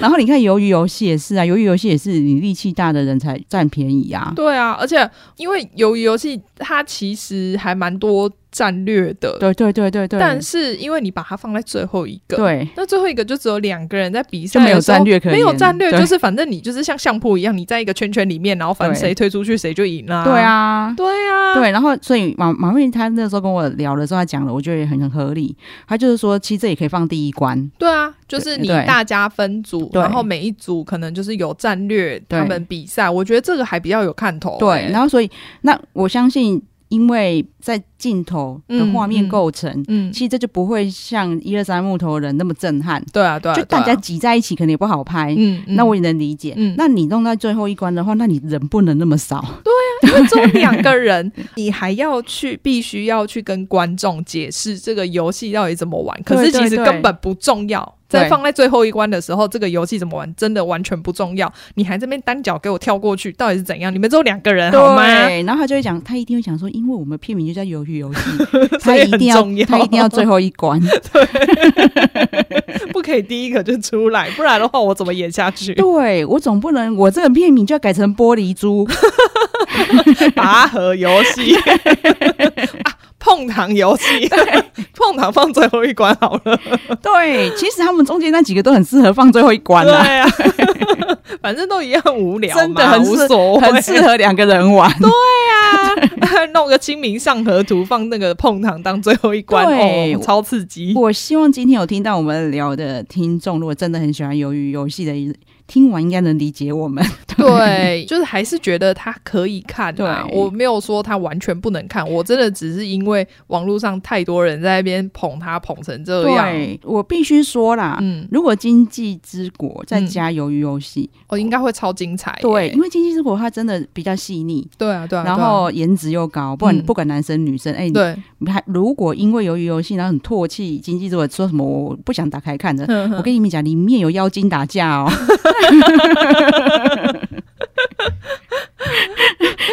然后你看，鱿鱼游戏也是啊，鱿鱼游戏也是你力气大的人才占便宜啊。对啊，而且因为鱿鱼游戏它其实还蛮多战略的，对对对对对，但是因为你把它放在最后一个，对那最后一个就只有两个人在比赛就的时候，没有战略可言没有战略对就是反正你就是像相扑一样，你在一个圈圈里面，然后反正对谁推出去谁就赢啦、对，啊。对啊，对，然后所以马马妹她那时候跟我聊的时候，她讲了，我觉得也很很合理。她就是说，其实这也可以放第一关，对啊，就是你对大家分组，对然后每一组可能就是有战略，对他们比赛，我觉得这个还比较有看头、欸对。后然后所以那我相信，因为在镜头的画嗯嗯面构成，嗯，其实这就不会像一二三木头人那么震撼，对啊，对啊，就对啊大家挤在一起可能也不好拍。嗯，嗯那我也能理解。嗯那你弄到最后一关的话，那你人不能那么 *laughs* 少。因为只有两个人，你还要去，必须要去跟观众解释这个游戏到底怎么玩。可是对其实对根本不重要，对在放在最后一关的时候，这个游戏怎么玩真的完全不重要。你还这边单脚给我跳过去，到底是怎样？你们只有两个人好吗？对，然后他就会讲，他一定会讲说，因为我们片名就叫鱿鱼游戏，他 *laughs* 所一以很定要重要他一定要最后一 *laughs* 关。不可以第一个就出来，不然的话我怎么演 *laughs* 下去？对我总不能我这个片名就要改成玻璃 *laughs* 珠，拔河游戏啊，碰糖游戏，碰糖放最后一关好了。对，其实他们中间那几个都很适合放最后一关对啦， *laughs* 啊，反正都一样无聊嘛，真的很无适所谓，很适合两个人玩。啊， *laughs* 弄个清明上河图放那个碰糖当最后一关，对哦，超刺激。 *laughs* 我希望今天有听到我们聊的听众，如果真的很喜欢鱿鱼游戏的，听完应该能理解我们。对，就是还是觉得它可以看啊，对我没有说它完全不能看，我真的只是因为网络上太多人在那边捧它捧成这样，对，我必须说啦。啊嗯，如果《经济之国》再加鱿鱼游戏，哦，应该会超精彩耶。对，因为《经济之国》它真的比较细腻，对啊，哎对啊，然对啊后颜值又高，不管、嗯不管男生女生，哎、你 *laughs* 对，你还如果因为鱿鱼游戏然后很唾弃《经济之国》，说什么我不想打开看的，嗯我跟你们讲，里面有妖精打架 *laughs* 哦。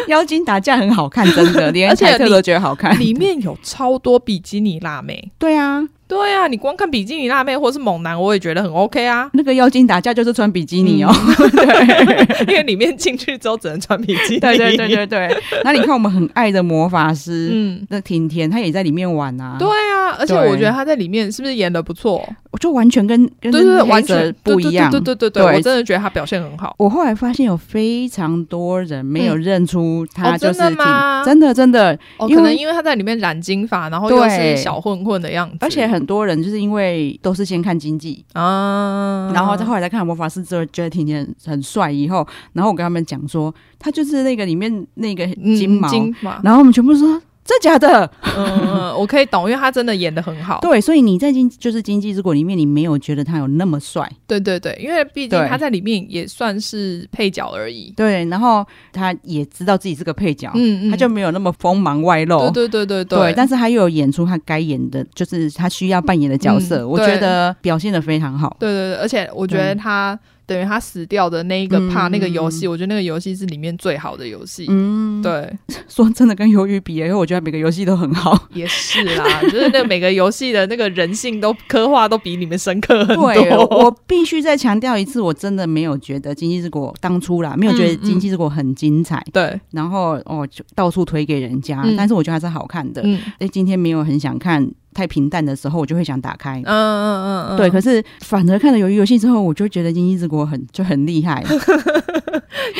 妖精打架很好看，真的，连而且凯特里都觉得好看。里面有超多比基尼辣妹。对啊，对啊，你光看比基尼辣妹或是猛男，我也觉得很 OK 啊，那个妖精打架就是穿比基尼哦。嗯 *laughs* 因为里面进去之后只能穿比基尼。对对对，对对。 *laughs* 那你看我们很爱的魔法师，嗯，那甜甜她也在里面玩啊，对，啊，而且对我觉得他在里面是不是演的不错？就完全跟跟对对对，黑完泽全不一样。对对对对对，对我真的觉得他表现很好。我后来发现有非常多人没有认出她哦就是真挺的吗真的真的，哦，因为可能因为他在里面染金发，然后又是对小混混的样子，而且很多人就是因为都是先看经济，啊，然后再后来再看魔法师之后，觉得甜甜很帅，以后然后我跟他们讲说，他就是那个里面那个嗯金毛，金发，然后我们全部说。真假的？嗯，我可以懂，因为他真的演的很好。对，所以你在经就是经济之国里面，你没有觉得他有那么帅，对对对，因为毕竟对他在里面也算是配角而已。对，然后他也知道自己是个配角，嗯嗯，他就没有那么锋芒外露，对对对对对但是他又有演出他该演的，就是他需要扮演的角色，嗯我对觉得表现的非常好。对对对，而且我觉得他等于他死掉的那一个怕嗯那个游戏，我觉得那个游戏是里面最好的游戏。嗯，对，说真的，跟鱿鱼比，因为我觉得每个游戏都很 *laughs* 好。也是啦，就是那每个游戏的那个人性都刻画都比你们深刻很多。对，我必须再强调一次，我真的没有觉得《经济之国》当初啦，没有觉得《嗯嗯经济之国》很精彩， *laughs* 对，然后哦就到处推给人家，嗯但是我觉得还是好看的。嗯哎、今天没有很想看，太平淡的时候，我就会想打开。嗯嗯嗯嗯，对，可是反而看了《鱿鱼游戏》之后，我就觉得《经济之国很》就很厉害。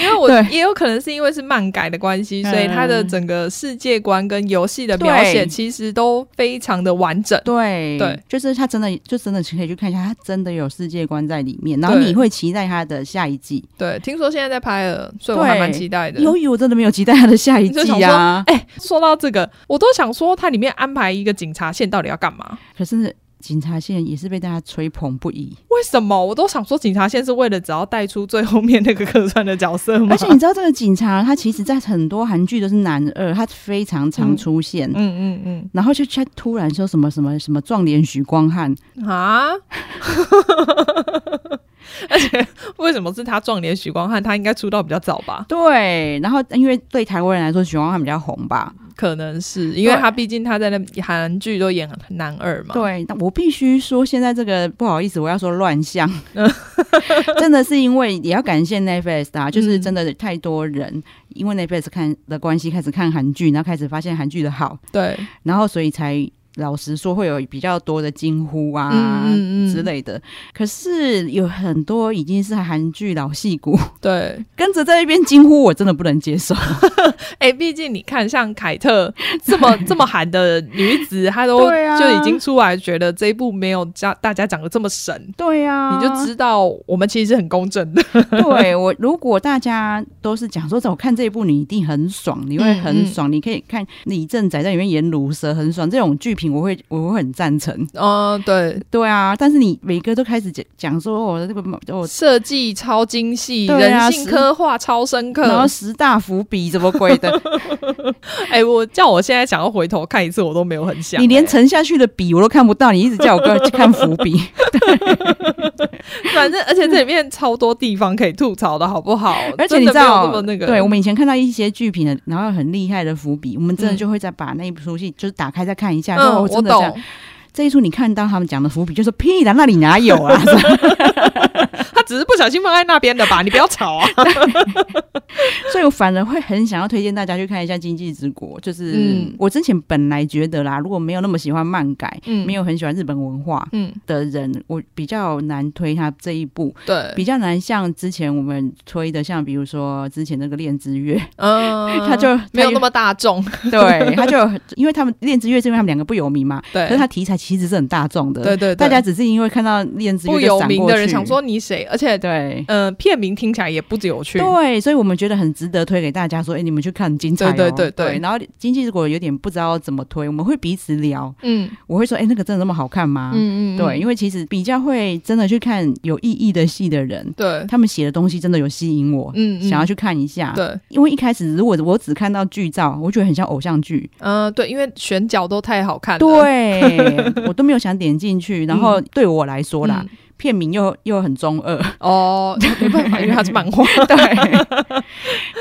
因为我对也有可能是因为是漫改的关系，嗯所以它的整个世界观跟游戏的描写对其实都非常的完整。对对，就是他真的就真的可以去看一下，他真的有世界观在里面，然后对你会期待他的下一季。对，听说现在在拍了，所以我对还蛮期待的。由于我真的没有期待他的下一你就季想啊，哎、说到这个，我都想说它里面安排一个警察线到底要干嘛？可是警察线也是被大家吹捧不 *laughs* 已。为什么？我都想说警察线是为了只要带出最后面那个客串的角色吗？而且你知道这个警察，他其实在很多韩剧都是男二，他非常常出现。嗯嗯然后就他突啊 *laughs* 然说什么什么什么撞脸许光汉，嗯啊，为什么是他壮年许光汉？他应该出道比较早吧？对，然后因为对台湾人来说，许光汉比较红吧？可能是因为他毕竟他在那韩剧都演男二嘛。对，但我必须说，现在这个不好意思，我要说乱 *laughs* 象，真的是因为也要感谢 Netflix 啊，就是嗯真的太多人、因为 Netflix 看的关系开始看韩剧，然后开始发现韩剧的好，对，然后所以才老实说会有比较多的惊呼啊。嗯嗯嗯之类的，可是有很多已经是韩剧老戏骨，对，跟着在一边惊呼，我真的不能接受。哎，毕竟你看，像凯特这么这么韩的女子，她都对啊就已经出来，觉得这一部没有家大家讲的这么神，对呀、你就知道我们其实是很公正的。 *laughs* 对我，如果大家都是讲说，我看这一部你一定很爽，你嗯会很爽，你可以看李正宰在里面演卤蛇很爽，这种剧评我会我会很赞成。嗯，对，对啊，但是你每个都开始讲讲说我这个我。 *laughs* 设计超精细，对啊人性是刻画超深刻，然后十大伏笔怎么鬼 *laughs* 的？哎、我叫我现在想要回头看一次，我都没有很想、你连哎沉下去的笔我都看不到，你一直叫我哥去看伏 *laughs* 笔。反正，而且这里面超多地方可以吐槽的，好不好？而且真你的知道，没有那么那个，对我们以前看到一些剧评的，然后很厉害的伏笔，我们真的就会再把那一出戏就是打开再看一下。嗯，说我哦真的这样懂，这一出你看到他们讲的伏笔，就说屁啦，那里哪有啊？ *laughs* 他只是不小心放在那边的吧？你不要 *laughs* 吵啊！所以我反而会很想要推荐大家去看一下《经济之国》，就是、嗯我之前本来觉得啦，如果没有那么喜欢漫改，嗯没有很喜欢日本文化嗯，的人，我比较难推他这一部，对，比较难像之前我们推的，像比如说之前那个《恋之月》嗯， *laughs* 他就没有那么大众， *laughs* 对，他就因为他们《恋之月》是因为他们两个不有名嘛，对，可是他题材其实是很大众的，对对对大家只是因为看到《恋之月》不就有闪名过的人去想说你谁，而且对。呃，片名听起来也不有趣，对，啊所以我们觉得很值得推给大家说，哎、你们去看精彩、哦，对对对对然后经济如果有点不知道怎么推，我们会彼此聊，嗯我会说，哎、那个真的那么好看吗？嗯嗯，对，因为其实比较会真的去看有意义的戏的人，对，他们写的东西真的有吸引我，嗯，嗯想要去看一下。，对，因为一开始如果我只看到剧照，我觉得很像偶像剧，嗯对，因为选角都太好看了，对 *laughs* 我都没有想点进去。然后对我来说啦，嗯片名又又很中二，哦，没办法，因为它是漫画， *laughs* 对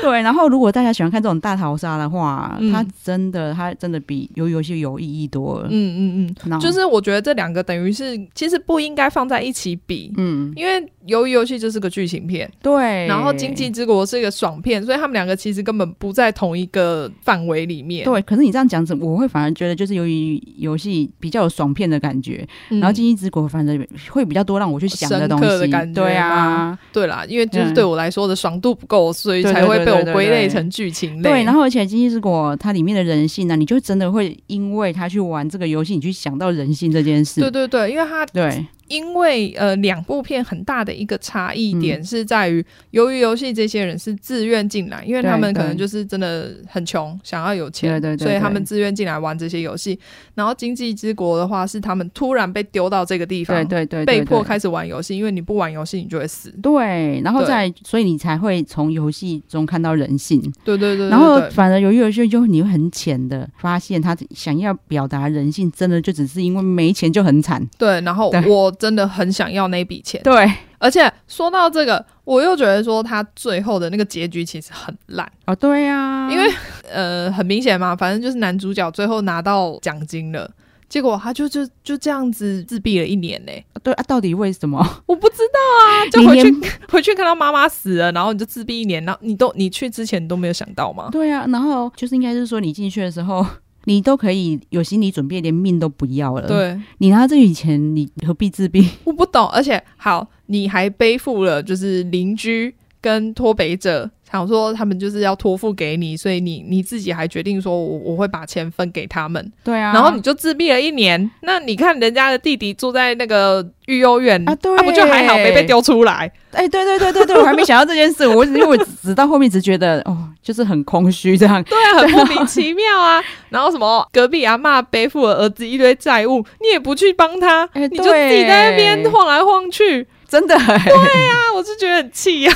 对，然后如果大家喜欢看这种大逃杀的话，嗯它真的它真的比游游戏有意义多了。嗯嗯嗯，那就是我觉得这两个等于是其实不应该放在一起比，嗯，因为《鱿鱼游戏》就是个剧情片，对，然后《经济之国》是一个爽片，所以他们两个其实根本不在同一个范围里面。对，可是你这样讲，怎我会反而觉得就是由于游戏比较有爽片的感觉，嗯，然后《经济之国》反正会比较多让我去想深东刻的西。感觉对啊，对啦，因为就是嗯对我来说的爽度不够，所以对才会被我对对对对归类成剧情类。对，然后后而且《经济之国》它里面的人性呢、啊你就真的会因为他去玩这个游戏，你去想到人性这件事。对对对，因为它对因为呃两部片很大的一个差异嗯点是在于，由于游戏这些人是自愿进来，因为他们对对可能就是真的很穷，想要有钱，对对对所以他们对自愿进来玩这些游戏。然后《经济之国》的话，是他们突然被丢到这个地方，对对对，被对迫对开始玩游戏，因为你不玩游戏你就会死。对，然后对再，所以你才会从游戏中看到人性，对对对对然后对反而由于游戏就你会很浅的发现，他想要表达人性，真的就只是因为没钱就很惨。对，然后对我真的很想要那笔钱，对，而且说到这个，我又觉得说他最后的那个结局其实很烂，哦，对呀、因为呃，很明显嘛，反正就是男主角最后拿到奖金了。结果他就就就这样子自闭了一年呢、对啊，到底为什么？我不知道啊，就你回去连 *laughs* 回去看到妈妈死了，然后你就自闭一年，然后你都你去之前你都没有想到吗？对呀、然后就是应该是说你进去的时候。你都可以有心理准备，连命都不要了。，对，你拿到这笔钱，你何必自 *laughs* 闭？我不懂，而且好，你还背负了就是邻居跟脱北者，想说他们就是要托付给你，所以你你自己还决定说我我会把钱分给他们，对啊然后你就自闭了一年。那你看人家的弟弟住在那个育幼院啊对他不就还好没被丢出来？哎、对对对对对，我还没想到这件事，我只因为我直到后面只觉得哦，就是很空虚这样。对啊，很莫名其妙啊。 *laughs* 然后什么隔壁阿嬷背负了儿子一堆债务，你也不去帮他，哎你就自己在那边对晃来晃去真的、欸，啊，我是觉得很气啊。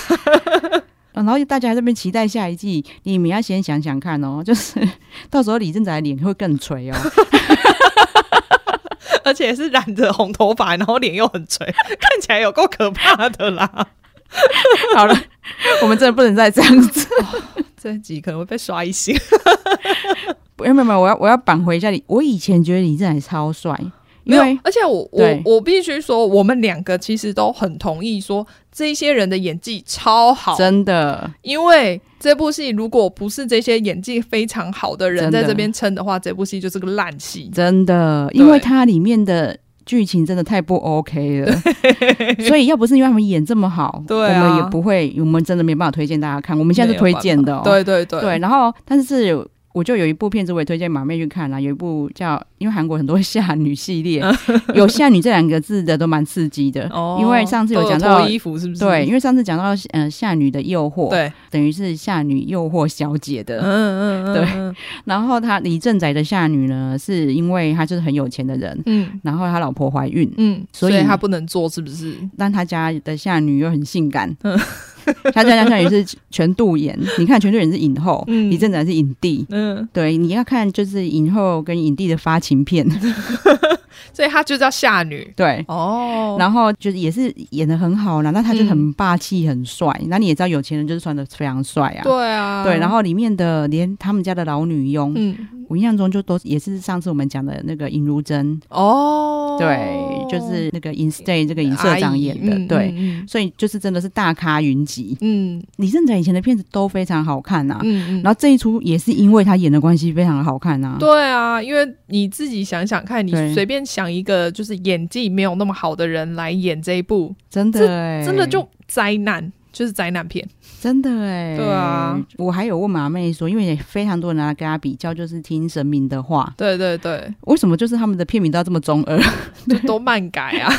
*laughs* 嗯，然后大家还在那边期待下一季，你们要先想想 *laughs* 看哦，就是到时候李正宰的脸会更垂哦。而且是染着红头发，然后脸又很垂， *laughs* 看起来有够可怕的 *laughs* 啦！ *laughs* 好了， *laughs* 我们真的不能再这样子。 *laughs* 这一集可能会被刷一星。没有没有没有，我要我要扳回一下你。我以前觉得李正海超帅，没因为有，而且我我对我必须说，我们两个其实都很同意说，这一些人的演技超好，真的因为这部戏如果不是这些演技非常好的人真的在这边撑的话，这部戏就是个烂戏。真的，对因为它里面的剧情真的太不 OK *laughs* 了，所以要不是因为他们演这么好，对啊我们也不会，我们真的没办法推荐大家看。我们现在是没推有办法荐的、哦，对对对对，然后但是我就有一部片子我也推荐马妹去看啦，有一部叫因为韩国很多夏女系 *laughs* 列，有夏女这两个字的都蛮刺激的，嗯哦，因为上次有都讲到脱衣服是不是？对，因为上次讲到呃夏女的诱惑，，对，等于是夏女诱惑小姐的，嗯嗯嗯，对嗯然后她李正宰的夏女呢，是因为她就是很有钱的人，嗯然后她老婆怀孕，嗯，所所以以他不能做，是不是？但她家的夏女又很性感，嗯 *laughs* 她家的夏女是全度妍，你看全度妍是影后，嗯李正宰是影帝。嗯，对，你要看就是影后跟影帝的发情片，所以他就叫夏女对，哦。然后就是也是演的很好啦，那他就嗯很霸气、很帅。那你也知道，有钱人就是穿的非常帅啊。对啊，对，然后里面的连他们家的老女佣，嗯我印象中就都也是上次我们讲的那个尹如珍，哦，对，就是那个 Instay 这个尹社长演的，阿姨嗯对。嗯所以就是真的是大咖云集，嗯李正宰以前的片子都非常好看啊。嗯嗯，然后这一出也是因为他演的关系非常好看啊。对啊，因为你自己想想看，你对随便想一个就是演技没有那么好的人来演这一部，真的哎、真的就灾难，就是灾难片。真的哎、对啊，我还有问马妹说，因为也非常多人拿来跟她比较，就是听神明的话，对对对，为什么就是他们的片名都要这么中二？ *laughs* 就都漫改啊。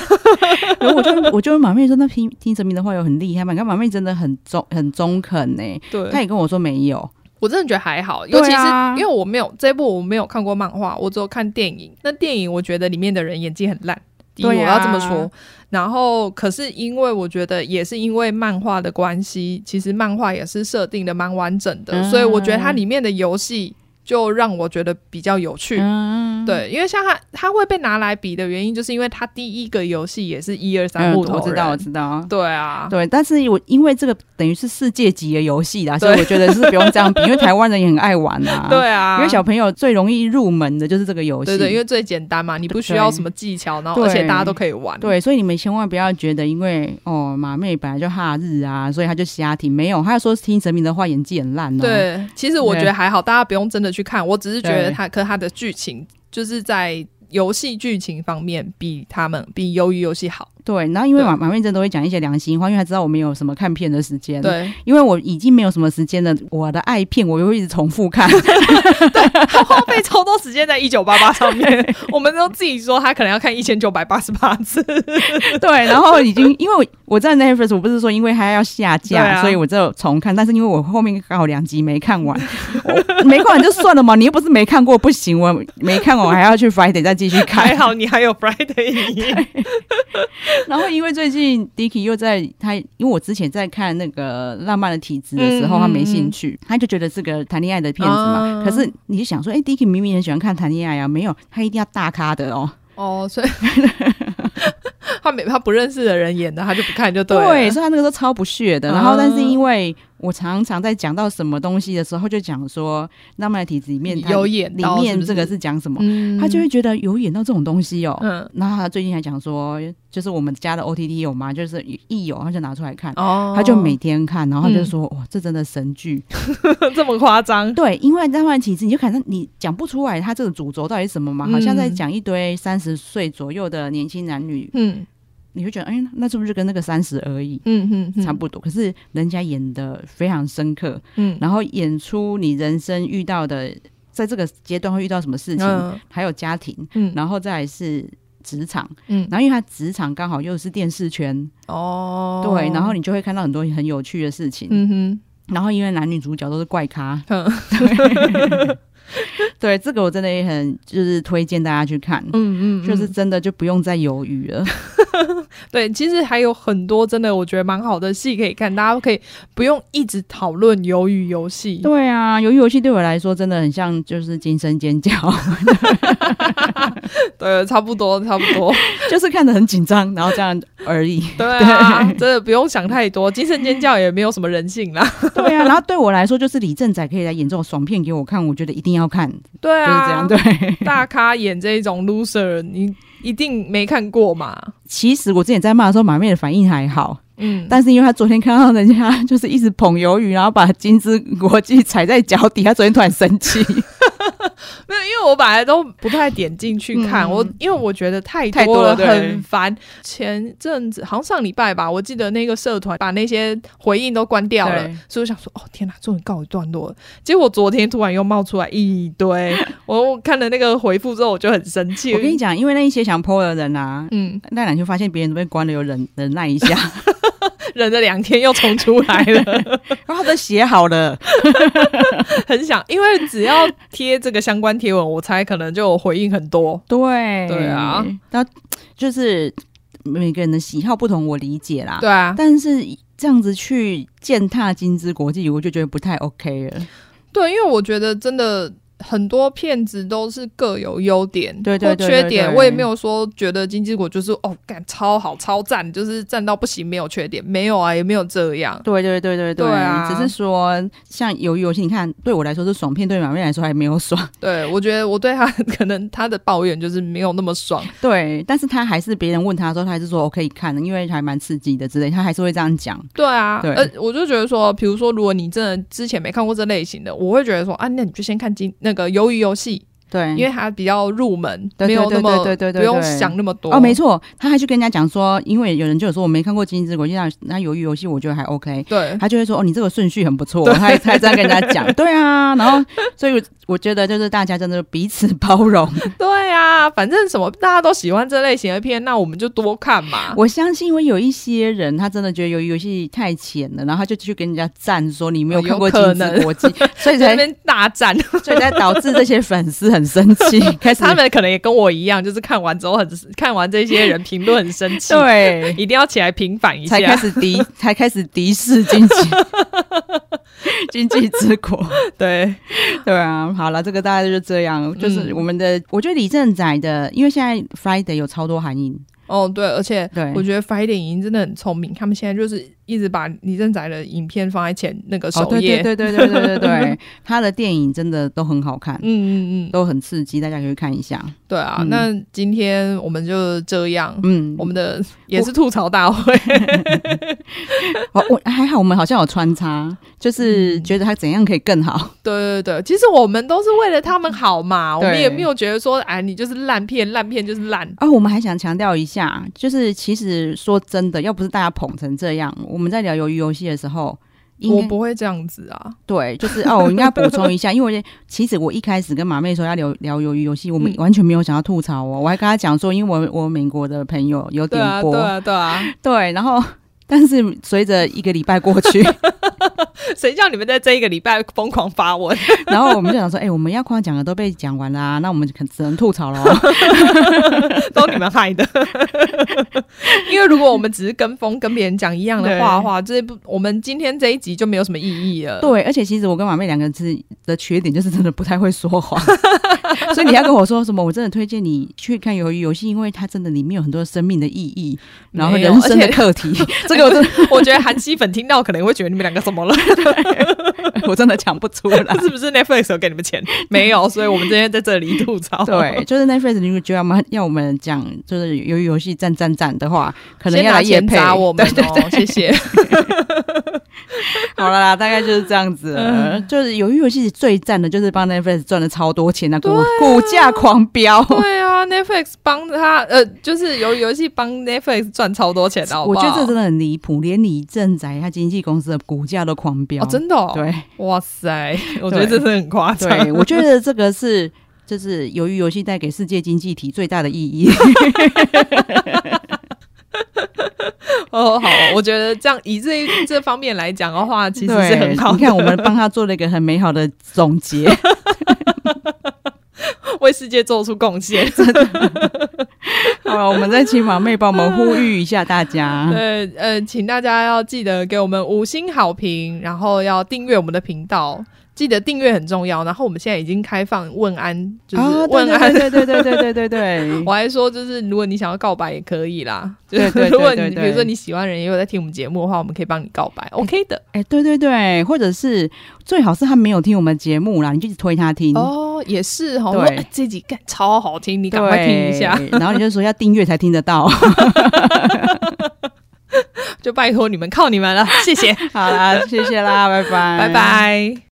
然后我就我就问马妹说，那听听神明的话有很厉害吗？你看马妹真的很中很中肯呢、欸她对，也跟我说没有，我真的觉得还好，对尤其是啊因为我没有这一部我没有看过漫画，我只有看电影。那电影我觉得里面的人演技很烂。第一，我对啊要这么说。然后，可是因为我觉得也是因为漫画的关系，其实漫画也是设定的蛮完整的，嗯所以我觉得它里面的游戏就让我觉得比较有趣。嗯，对，因为像它它会被拿来比的原因，就是因为它第一个游戏也是一二三嗯木头我知道我人知 *laughs* 道。对啊，对，但是我因为这个等于是世界级的游戏啦，对所以我觉得是不用这样比，因为台湾人也很爱玩啊。、 *laughs* 对啊，因为小朋友最容易入门的就是这个游戏。对对，因为最简单嘛，你不需要什么技巧，然后而且大家都可以玩。对，所以你们千万不要觉得，因为哦马妹本来就哈日啊，所以她就瞎听。没有，她说听神明的话，演技很烂哦。，对，其实我觉得对还好，大家不用真的去看，我只是觉得对它，可它的剧情就是在游戏剧情方面比他们比鱿鱼游戏好。对。然后因为对马马妹真的都会讲一些良心话，因为她知道我没有什么看片的时间。，对，因为我已经没有什么时间了，我的爱片我又会一直重复 *laughs* 看。它花费超多时间在一九八八上面， *laughs* 我们都自己说他可能要看一千九百八十八次。对，然后已经因为我我在 Netflix，我不是说因为它要下架，对啊所以我就重看，但是因为我后面刚好两集没看 *laughs* 完，我没看完就算了嘛，你又不是没看过，不行，我没看完我还要去 Friday 再继续 *laughs* 看还。好你还有 *laughs* Friday 影音然后因为最近 Dicky 又在他，因为我之前在看那个《浪漫的体质》的时候，嗯他没兴趣，他就觉得是个谈恋爱的片子嘛。啊可是你就想说，哎、d i c k y 明明很喜欢看谈恋爱啊，没有，他一定要大咖的哦。哦，所以 *laughs* 他没他不认识的人演的，他就不看就对了。所以他那个时候超不屑的。然啊后，但是因为我常常在讲到什么东西的时候，就讲说《浪漫的体质》里面它有演里到是面不这个是是讲什么，嗯他就会觉得有演到这种东西哦。嗯然后他最近还讲说，就是我们家的 OTT 有吗？就是一有他就拿出来看。哦，他就每天看，然后他就说：“哇，这真的神剧。哦 *laughs* 这么夸张”，嗯 *laughs* 对，因为《浪漫体质》，你就感觉你讲不出来他这个主轴到底是什么嘛，好像在嗯讲一堆三十岁左右的年轻男女，嗯你会觉得，哎，那是不是跟那个三十而已嗯嗯嗯，差不多？可是人家演的非常深刻，嗯，然后演出你人生遇到的，在这个阶段会遇到什么事情，嗯还有家庭，嗯然后再来是职场，嗯然后因为他职场刚好又是电视圈，哦，对，然后你就会看到很多很有趣的事情，嗯然后因为男女主角都是怪咖，哼哼 *laughs* 对，这个我真的也很就是推荐大家去看，嗯嗯，嗯就是真的就不用再犹豫了。对，其实还有很多真的我觉得蛮好的戏可以看，大家可以不用一直讨论鱿鱼游戏。对啊，鱿鱼游戏对我来说真的很像就是惊声尖叫， *laughs* 对，差不多，差不 *laughs* 多。就是看得很紧张，然后这样而 *laughs* 已。对啊，真的不用想太多，精神尖叫也没有什么人性啦。对啊，然后对我来说就是李正宰可以来演这种爽片给我看，我觉得一定要看，就 *laughs* 对是这啊，样。对，大咖演这一种 loser，你一定没看过嘛？其实我之前在骂的时候，马妹的反应还好，嗯，但是因为她昨天看到人家就是一直捧鱿鱼，然后把金枝国际踩在脚底，她昨天突然生气，没有，因为我本来都不太点进去看，嗯我因为我觉得太太多了了对很烦。前阵子好像上礼拜吧，我记得那个社团把那些回应都关掉了对，所以我想说，哦天哪，终于告一段落了。结果昨天突然又冒出来一 *laughs* 堆，我我看了那个回复之后，我就很生气。我跟你讲，因为那一些想 PO 的人啊。嗯，那两天发现别人都被 *laughs* 关了，有忍忍耐一下，忍了两天又冲出 *laughs* 来了，然后他都写好了，很想，因为只要贴这个相关贴文，我猜可能就有回应很多。对对啊，然后就是每个人的喜好不同，我理解啦。对啊，但是这样子去践踏金枝国际，我就觉得不太 OK 了。对，因为我觉得真的很多骗子都是各有优点，对对对或缺对点。对我也没有说觉得金鸡果就是哦，干超好超赞，就是赞到不行，没有缺点，没有啊，也没有这样。对对对对对啊只是说像鱿鱼游戏，你看对我来说是爽片，对马妹来说还没有爽。对我觉得我对他 *laughs* 可能他的抱怨就是没有那么爽， *laughs* 对，但是他还是别人问他的时候，他还是说我可以看的，因为还蛮刺激的之类，他还是会这样讲。对啊，对呃，我就觉得说，比如说，如果你真的之前没看过这类型的，我会觉得说啊，那你就先看金那个鱿鱼游戏，对，因为它比较入门，对没有对那么对对对对不用对想那么多。哦，没错，他还去跟人家讲说，因为有人就有说我没看过《金之国际》，那那鱿鱼游戏我觉得还 OK。对，他就会说：“哦，你这个顺序很不错。嗯对他”还他还这样跟人家讲，对啊。然后，所以我我觉得就是大家真的彼此包 *laughs* 容，对啊，反正什么大家都喜欢这类型的片，那我们就多看嘛。我相信，因为有一些人他真的觉得鱿鱼游戏太浅了，然后他就去跟人家赞说你没有看过《哦有可金能枝国 *laughs* 际》，所以在那才边大战，所以才导致这些粉丝很生 *laughs* 气，开始他们可能也跟我一样，就是看完之后很看完这些人评论很生气， *laughs* 对。一定要起来平反一才开下。始敌，才开始敌视 *laughs* 经济经济之国，对， *laughs* 对啊，好了，这个大概就这样，就是嗯我们的，我觉得李正宰的，因为现在 Friday 有超多韩影，哦对，而且对我觉得 Friday 影音真的很聪明，他们现在就是一直把李正宰的影片放在前那个哦，首对页，对对对对对对对， *laughs* 他的电影真的都很好看，嗯嗯嗯，都很刺激，大家可以去看一下，对啊。嗯那今天我们就这样，嗯，我们的也是吐槽大会，我哦我还好，我们好像有穿插，嗯就是觉得他怎样可以更好。 *laughs* 对对对，其实我们都是为了他们好嘛，我对们也没有觉得说，哎，你就是烂片，烂片就是烂。哦，我们还想强调一下，就是其实说真的，要不是大家捧成这样，我们在聊鱿鱼游戏的时候，应我该不会这样子啊，对，就是哦，我应该补充一 *laughs* 下，因为其实我一开始跟马妹说要聊聊鱿鱼游戏，我们嗯完全没有想要吐槽哦，我还跟她讲说，因为我我美国的朋友有对点啊，播，对啊，对啊，对然后。但是随着一个礼拜过去， *laughs* *laughs* 谁叫你们在这一个礼拜疯狂发文？ *laughs* 然后我们就想说，哎、我们要夸奖的都被讲完啦、那我们可只能吐槽了。都你们害的。 *laughs* 因为如果我们只是跟风，跟别人讲一样的话的话，这不，我们今天这一集就没有什么意义 *laughs* 了。对，而且其实我跟马妹两个字的缺点就是真的不太会说谎， *laughs* 所以你要跟我说什么，我真的推荐你去看《鱿鱼游戏》，因为它真的里面有很多生命的意义，然后没有人生而的且课题。 *laughs* 这 *laughs* 这个个我真 *laughs* 我我觉得韩熙粉听到可能会觉得你们两个怎么 *laughs* 了？的我真的讲不出来。是不是 Netflix 有给你们钱？没有，所以我们今天在这里吐 *laughs* 槽。对，就是那 phrase，如果觉得我们要我们讲就是《鱿鱼游戏》赞赞赞的话，可能先要拿来夜钱配砸我们 *laughs* 对对对哦，谢谢。好了啦，大概就是这样子嗯了。就是《鱿鱼游戏》最赞的就是帮 Netflix 赚了超多钱，那啊股、股价狂飙。啊对啊，Netflix 帮他呃，就是由游戏帮 Netflix 赚超多钱的，好不我好觉得这真的很离谱，连李正宰他经纪公司的股价都狂飙。哦，真的、哦，， *laughs* 对哇塞，我觉得这是很夸张。对，我觉得这个是就是由于游戏带给世界经济体最大的意 *laughs* 义。哦，好，我觉得这样以这这方面来讲的话，其实是很好 *laughs* 对的。你看，我们帮他做了一个很美好的总 *laughs* 结。 *laughs* 为世界做出贡献。好了，我们在亲房妹帮我们呼吁一下大家。对，呃，请大家要记得给我们五星好评，然后要订阅我们的频道，记得订阅很重要。然后我们现在已经开放问安，就是啊，对问安。对对对对对对对 *laughs* 对我还说，就是如果你想要告白也可以啦，就对是对对如果对你对比如说你喜欢人也有在听我们节目的话，我们可以帮你告白，OK 的。哎、对对对，或者是最好是他没有听我们节目啦，你就一直推他听。哦，也是哈，嗯对我说哎这集干超好听，你你赶快听一下，然后你就说要订阅才听得 *laughs* 到。就拜托你们，靠你们了，谢谢， *laughs* 好啦，谢谢啦，拜拜，拜。拜。